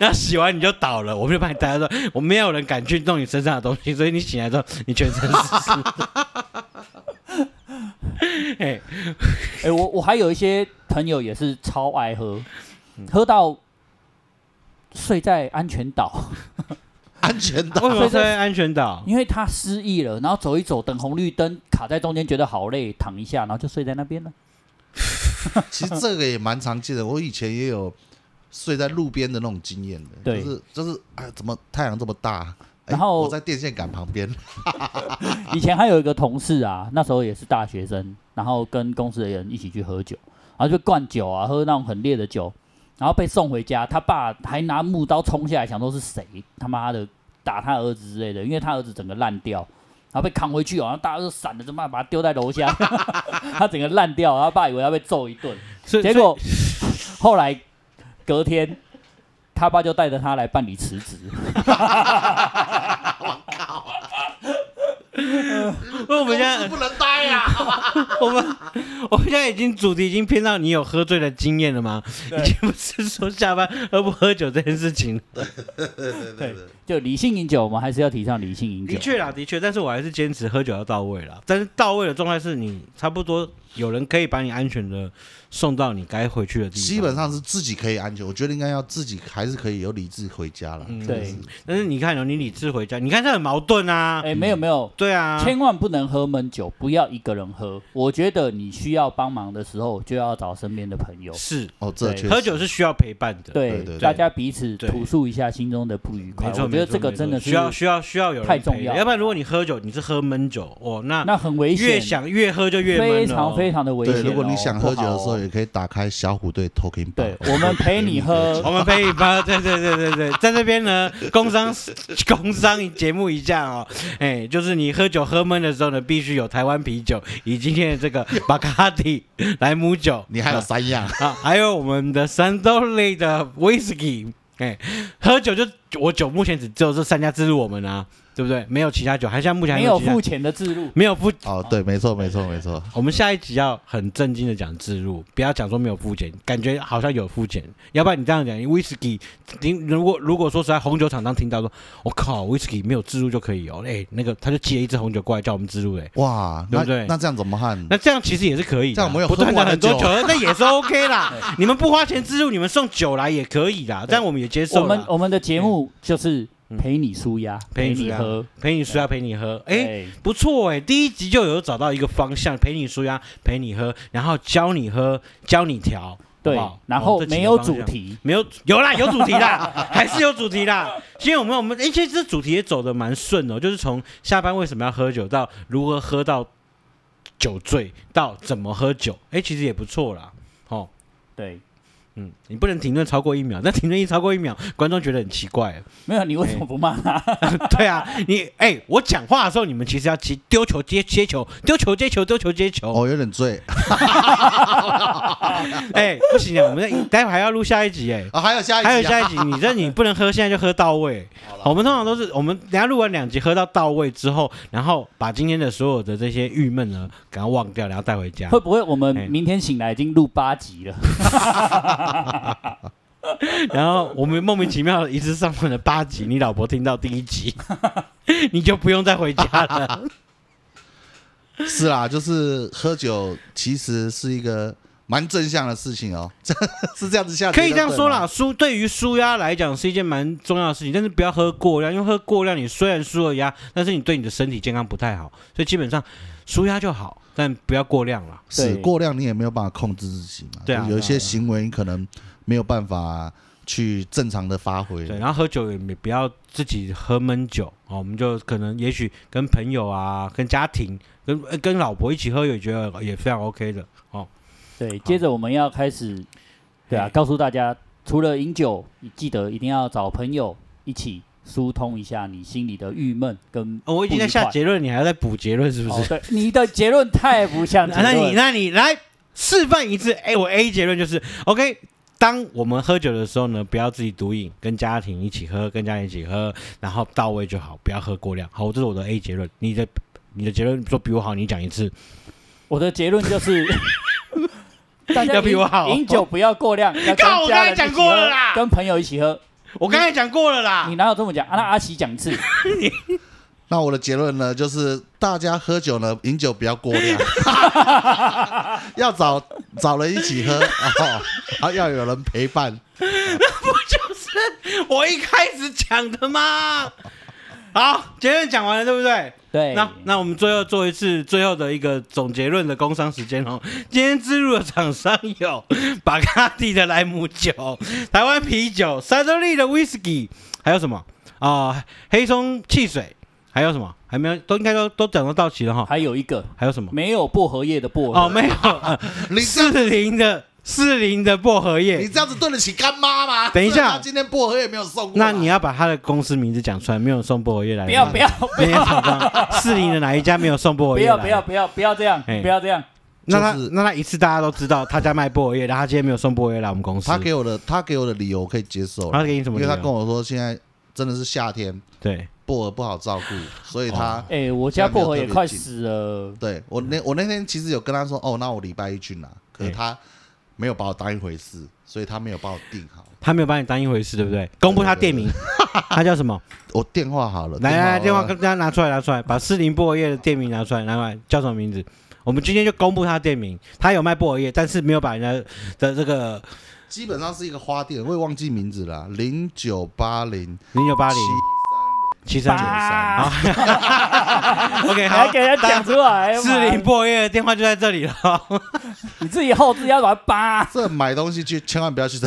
Speaker 1: 然后洗完你就倒了，我们就把你带到说，我没有人敢去动你身上的东西，所以你醒来之后你全身湿湿的。哎，
Speaker 3: 哎、我我还有一些朋友也是超爱喝，喝到睡在安全岛，
Speaker 2: 安全岛
Speaker 1: [laughs] 为什么
Speaker 3: 所以这
Speaker 1: 在安全岛？
Speaker 3: 因为他失忆了，然后走一走，等红绿灯卡在中间，觉得好累，躺一下，然后就睡在那边了。
Speaker 2: 其实这个也蛮常见的，我以前也有睡在路边的那种经验的，
Speaker 3: 对
Speaker 2: 就是就是啊，怎么太阳这么大？哎
Speaker 3: 然后
Speaker 2: 我在电线杆旁边，
Speaker 3: [laughs] 以前还有一个同事啊，那时候也是大学生，然后跟公司的人一起去喝酒，然后就灌酒啊，喝那种很烈的酒，然后被送回家，他爸还拿木刀冲下来，想说是谁他妈的打他儿子之类的，因为他儿子整个烂掉。然后被扛回去哦，然后大家都闪着，怎么办把他丢在楼下？ [laughs] 他整个烂掉，然后爸以为要被揍一顿，
Speaker 1: 所以
Speaker 3: [laughs] 结果后来隔天，他爸就带着他来办理辞职。
Speaker 1: 所 [laughs] 以我 [laughs] 们现在
Speaker 2: [laughs] 不能待啊呀、
Speaker 1: [laughs] 我们我们现在已经主题已经偏到你有喝醉的经验了吗？已经不是说下班喝不喝酒这件事情了。
Speaker 3: 对，就理性饮酒，我们还是要提倡理性饮酒
Speaker 1: 的。确啦，的确，但是我还是坚持喝酒要到位啦。但是到位的状态是你差不多有人可以把你安全的送到你该回去的地方。
Speaker 2: 基本上是自己可以安全，我觉得应该要自己还是可以有理智回家
Speaker 1: 嗯
Speaker 2: 了。
Speaker 3: 对，
Speaker 1: 但是你看哦，你理智回家，你看这很矛盾啊。
Speaker 3: 哎、没有没有，
Speaker 1: 对啊，
Speaker 3: 千万不能喝闷酒，不要一个人喝。我觉得你需要帮忙的时候，就要找身边的朋友。
Speaker 1: 是
Speaker 2: 哦，这
Speaker 3: 对
Speaker 2: 确实
Speaker 1: 喝酒是需要陪伴的。
Speaker 3: 对，
Speaker 2: 对对
Speaker 3: 大家彼此
Speaker 1: 对
Speaker 3: 吐诉一下心中的不愉快。
Speaker 1: 没错，
Speaker 3: 我觉得
Speaker 1: 没错
Speaker 3: 这个
Speaker 1: 没错
Speaker 3: 真的是
Speaker 1: 需要需要需要有人
Speaker 3: 太重
Speaker 1: 陪
Speaker 3: 要
Speaker 1: 要不然如果你喝酒，你是喝闷酒哦，那
Speaker 3: 那很危险，
Speaker 1: 越想越喝就越闷了哦
Speaker 3: 非常非常的危险、
Speaker 2: 对，
Speaker 3: 哦。
Speaker 2: 如果你想喝酒的时
Speaker 3: 不好
Speaker 2: 候，
Speaker 3: 哦
Speaker 2: 也可以打开小虎队 Talking Bar
Speaker 3: 对。我们陪你喝
Speaker 1: 我。们陪你吧， [laughs] 对对对对对，在这边呢，工商 [laughs] 工商节目一下哦，哎，就是你喝酒喝闷的时候呢，必须有台湾啤酒，以今天的这个巴卡迪莱姆酒，
Speaker 2: 你还有三样，
Speaker 1: 啊，还有我们的三豆类的 whisky，哎，喝酒就我酒目前只只有这三家资助我们啊，对不对？没有其他酒，还现在目前还
Speaker 3: 没有
Speaker 1: 其他
Speaker 3: 付钱的自入，
Speaker 1: 没有付
Speaker 2: 哦，对，没错，没错，没错。
Speaker 1: 我们下一集要很正经的讲自入，不要讲说没有付钱，感觉好像有付钱。要不然你这样讲，你 whisky，你如果如果说实在红酒厂商听到说，我、靠，whisky 没有自入就可以哦，哎、那个他就寄了一支红酒过来叫我们自入、哎，
Speaker 2: 哇，
Speaker 1: 对
Speaker 2: 那
Speaker 1: 不对
Speaker 2: 那这样怎么办？
Speaker 1: 那这样其实也是可以的啊，
Speaker 2: 这样我们有
Speaker 1: 不断
Speaker 2: 喝
Speaker 1: 的
Speaker 2: 不
Speaker 1: 很
Speaker 2: 完的
Speaker 1: 多
Speaker 2: 酒
Speaker 1: 酒，那也是 OK
Speaker 2: [laughs]
Speaker 1: 啦。你们不花钱自入，你们送酒来也可以啦，这样我们也接
Speaker 3: 我
Speaker 1: 受
Speaker 3: 们哦
Speaker 1: 啦。嗯
Speaker 3: 我们的节目就是陪你舒压，
Speaker 1: 陪你
Speaker 3: 陪
Speaker 1: 舒
Speaker 3: 你
Speaker 1: 压
Speaker 3: 喝。
Speaker 1: 陪你输要陪你喝，哎、
Speaker 3: 对
Speaker 1: 不错哎、第一集就有找到一个方向，陪你舒压，陪你喝，然后教你喝，教你调，
Speaker 3: 对
Speaker 1: 好不好，
Speaker 3: 然
Speaker 1: 哦
Speaker 3: 后
Speaker 1: 这几个
Speaker 3: 没有
Speaker 1: 方
Speaker 3: 主
Speaker 1: 向
Speaker 3: 题，
Speaker 1: 没有有啦，有主题啦， [laughs] 还是有主题啦。因为我们我们，哎、其实这主题也走的蛮顺哦，就是从下班为什么要喝酒，到如何喝到酒醉，到怎么喝酒，哎、其实也不错啦。哦，
Speaker 3: 对，
Speaker 1: 嗯，你不能停顿超过一秒， [laughs] 但停顿一超过一秒，观众觉得很奇怪。 [laughs]
Speaker 3: 没有你为什么不骂他？
Speaker 1: 对啊，你哎、我讲话的时候，你们其实要接丢球接接球，丢球接球，丢球接球。
Speaker 2: 哦，有点醉
Speaker 1: 哎、不行啊，我们在待会还要录下一集哎、
Speaker 2: 啊，还有下一集啊，
Speaker 1: 还有下一集，你这你不能喝，现在就喝到位。我们通常都是我们等下录完两集喝到到位之后，然后把今天的所有的这些郁闷呢，给它忘掉，然后带
Speaker 2: [laughs]
Speaker 3: [laughs]
Speaker 1: 回家
Speaker 3: 会。不会我们
Speaker 1: 哎
Speaker 3: 明天醒来已经录八集了？
Speaker 1: 然后我们莫名其妙的一次上传了八集，你老婆听到第一
Speaker 2: [laughs]
Speaker 1: 集，你就不用再回家了。
Speaker 2: 是啦，就是喝酒其实是一个蛮正向的事情哦， [laughs] 是这样子下结
Speaker 1: 可以
Speaker 2: 论
Speaker 1: 这样说啦，
Speaker 2: 吗，
Speaker 1: 舒对于舒压来讲是一件蛮重要的事情，但是不要喝过量，因为喝过量你虽然舒了压，但是你对你的身体健康不太好，所以基本上舒压就好，但不要过量啦。
Speaker 2: 是
Speaker 3: 对
Speaker 2: 过量你也没有办法控制自己嘛，
Speaker 1: 对啊
Speaker 2: 就有一些行为你可能没有办法去正常的发挥，
Speaker 1: 对，然后喝酒也不要自己喝闷酒哦，我们就可能也许跟朋友啊、跟家庭、跟呃跟老婆一起喝，也觉得也非常 OK 的哦。
Speaker 3: 对，接着我们要开始，对啊，
Speaker 1: 嘿
Speaker 3: 告诉大家，除了饮酒，你记得一定要找朋友一起疏通一下你心里的郁闷跟
Speaker 1: 哦我已经在下
Speaker 3: 不愉
Speaker 1: 结论，你还要再补结论是不
Speaker 3: 快
Speaker 1: 是？
Speaker 3: 哦，对，你的结论太不像结
Speaker 1: [laughs] 那那你
Speaker 3: 论。
Speaker 1: 那你来示范一次，哎、我 A 结论就是 OK。当我们喝酒的时候呢，不要自己独饮，跟家庭一起喝，跟家人一起喝，然后到位就好，不要喝过量。好，这是我的 A 结论。你的你的结论说比我好，你讲一次。
Speaker 3: 我的结论
Speaker 1: [laughs]
Speaker 3: 就是，大家
Speaker 1: 要比
Speaker 3: 饮
Speaker 1: 我好
Speaker 3: 饮酒不要
Speaker 1: [laughs]
Speaker 3: 过量，要跟
Speaker 1: 靠我刚
Speaker 3: 家
Speaker 1: 才
Speaker 3: 人
Speaker 1: 讲
Speaker 3: 一起
Speaker 1: 过了
Speaker 3: 喝
Speaker 1: 啦
Speaker 3: 跟朋友一起喝。
Speaker 1: 我刚才讲过了啦
Speaker 3: 你。哪有这么讲？啊，那阿奇讲一次，
Speaker 1: [laughs]
Speaker 2: 那我的结论呢，就是大家喝酒呢，饮酒不要过
Speaker 1: [laughs]
Speaker 2: 量，要找找人一起喝，哦，啊，要有人陪伴。
Speaker 1: 我一开始讲的嘛。 [laughs] 好，结论讲完了，对不对？
Speaker 3: 对，
Speaker 1: 那那我们最后做一次最后的一个总结论的工商时间哦。今天植入的厂商有巴卡蒂的莱姆酒、台湾啤酒、三得利的 whisky，还有什么啊、黑松汽水，还有什么？还没有，都应该都都讲到到齐了哈。
Speaker 3: 还有一个
Speaker 1: 还有什么？
Speaker 3: 没有薄荷叶的薄荷，
Speaker 1: 哦，没有， [laughs] 呃
Speaker 2: 你这样
Speaker 1: 四零的四零的薄荷
Speaker 2: 你
Speaker 1: 叶。
Speaker 2: 这样子对得起干妈吗？
Speaker 1: 等一下
Speaker 2: 虽然她今天薄荷也没有送过
Speaker 1: 那
Speaker 2: 来。
Speaker 1: 你要把他的公司名字讲出来，没有送薄荷叶来的
Speaker 3: [laughs] 不要
Speaker 1: 吗
Speaker 3: 不要不
Speaker 1: 没有
Speaker 3: 要
Speaker 1: 厂商，四零的哪一家没有送薄荷
Speaker 3: 不
Speaker 1: 叶
Speaker 3: 要
Speaker 1: 来
Speaker 3: 不要不要不要这样，
Speaker 1: 嘿
Speaker 3: 不要这样。
Speaker 1: 那他、
Speaker 2: 就是
Speaker 1: 那他一次大家都知道他家卖薄荷叶，然后他今天没有送薄荷叶来我们公司。
Speaker 2: 他给我的，他给我的理由我可以接受了，
Speaker 1: 他给你什么理
Speaker 2: 因
Speaker 1: 由
Speaker 2: 为他跟我说现在真的是夏天，
Speaker 1: 对，
Speaker 2: 薄荷不好照顾，所以
Speaker 1: 哦
Speaker 2: 他、
Speaker 3: 哎、我家薄荷也快死了。
Speaker 2: 对我那我那天其实有跟他说，哦，那我礼拜一去拿，可
Speaker 1: 哎
Speaker 2: 是他没有把我当一回事，所以他没有把我定好。
Speaker 1: 他没有把你当一回事，对不对？公布他店名，他叫什 [laughs] 么？
Speaker 2: 我电话好了，
Speaker 1: 来来来，电话呃
Speaker 2: 好了
Speaker 1: 跟大家拿出来，拿出来，把四零薄荷叶的店名拿出来，拿出来，叫什么名字？我们今天就公布他店名，他有卖薄荷叶，但是没有把人家的这个
Speaker 2: 基本上是一个花店，我也忘记名字了，零九八零
Speaker 1: 零九八零七三哎九好
Speaker 3: 八
Speaker 1: ，OK，好
Speaker 3: 还，给人家讲出
Speaker 1: [laughs]
Speaker 3: 来，
Speaker 1: 四
Speaker 3: 妈
Speaker 1: 零薄荷叶的电话就在这里了。
Speaker 3: 你自己后置要把它扒。
Speaker 2: 这买东西去千万不要去这， [laughs]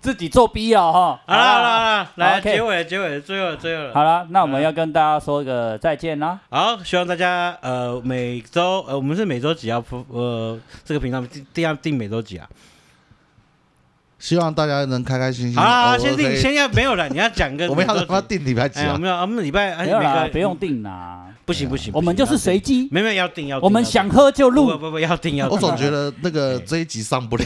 Speaker 3: 自己作逼哦哈。
Speaker 1: 好了好了好了，来
Speaker 3: OK
Speaker 1: 结尾了结尾了，最后了最后了。
Speaker 3: 好了，那我们要跟大家说个再见啦。
Speaker 1: 好，希望大家呃每周呃我们是每周几要播呃这个频道定定要定每周几啊？
Speaker 2: 希望大家能开开心心。
Speaker 1: 好啦，
Speaker 2: 偶尔
Speaker 1: 先
Speaker 2: 可
Speaker 1: 定
Speaker 2: 以
Speaker 1: 先要没有了，你要讲个
Speaker 2: 嗯我们要
Speaker 1: 每
Speaker 2: 他妈
Speaker 1: 周几
Speaker 2: 定礼拜几
Speaker 1: 哎，我
Speaker 2: 啊？
Speaker 1: 们要我们礼拜哎
Speaker 3: 没有啦
Speaker 1: 每，个
Speaker 3: 不用定啦，
Speaker 1: 不行不行，
Speaker 3: 我们就是随
Speaker 1: 机，
Speaker 3: 机，
Speaker 1: 没有没有要定要定
Speaker 3: 我们
Speaker 1: 要定
Speaker 3: 想喝就
Speaker 1: 不
Speaker 3: 录
Speaker 1: 不。不不要定要定，
Speaker 2: 我总觉得那个这一集上不了，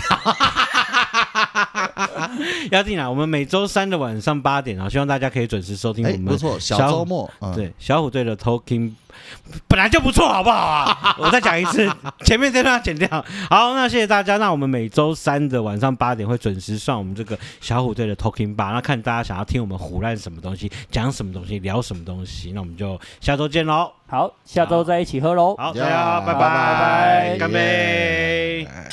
Speaker 1: 要定啊！我们每周三的晚上八点啊，希望大家可以准时收听
Speaker 2: 哎，
Speaker 1: 我
Speaker 2: 不
Speaker 1: 们
Speaker 2: 错，小周末，嗯，
Speaker 1: 对小虎队的 Talking [laughs] 本来就不错，好不好啊？ [laughs] 我再讲一次，前面这段要剪掉。好，那谢谢大家。那我们每周三的晚上八点会准时上我们这个小虎队的 Talking Bar，那看大家想要听我们胡乱什么东西，讲什么东西，聊什么东西。那我们就下周见喽。
Speaker 3: 好，下周再一起喝喽。
Speaker 1: 好，大
Speaker 2: 呀
Speaker 1: 家拜
Speaker 2: 拜
Speaker 1: 拜
Speaker 2: 拜
Speaker 1: 干杯。
Speaker 2: 哎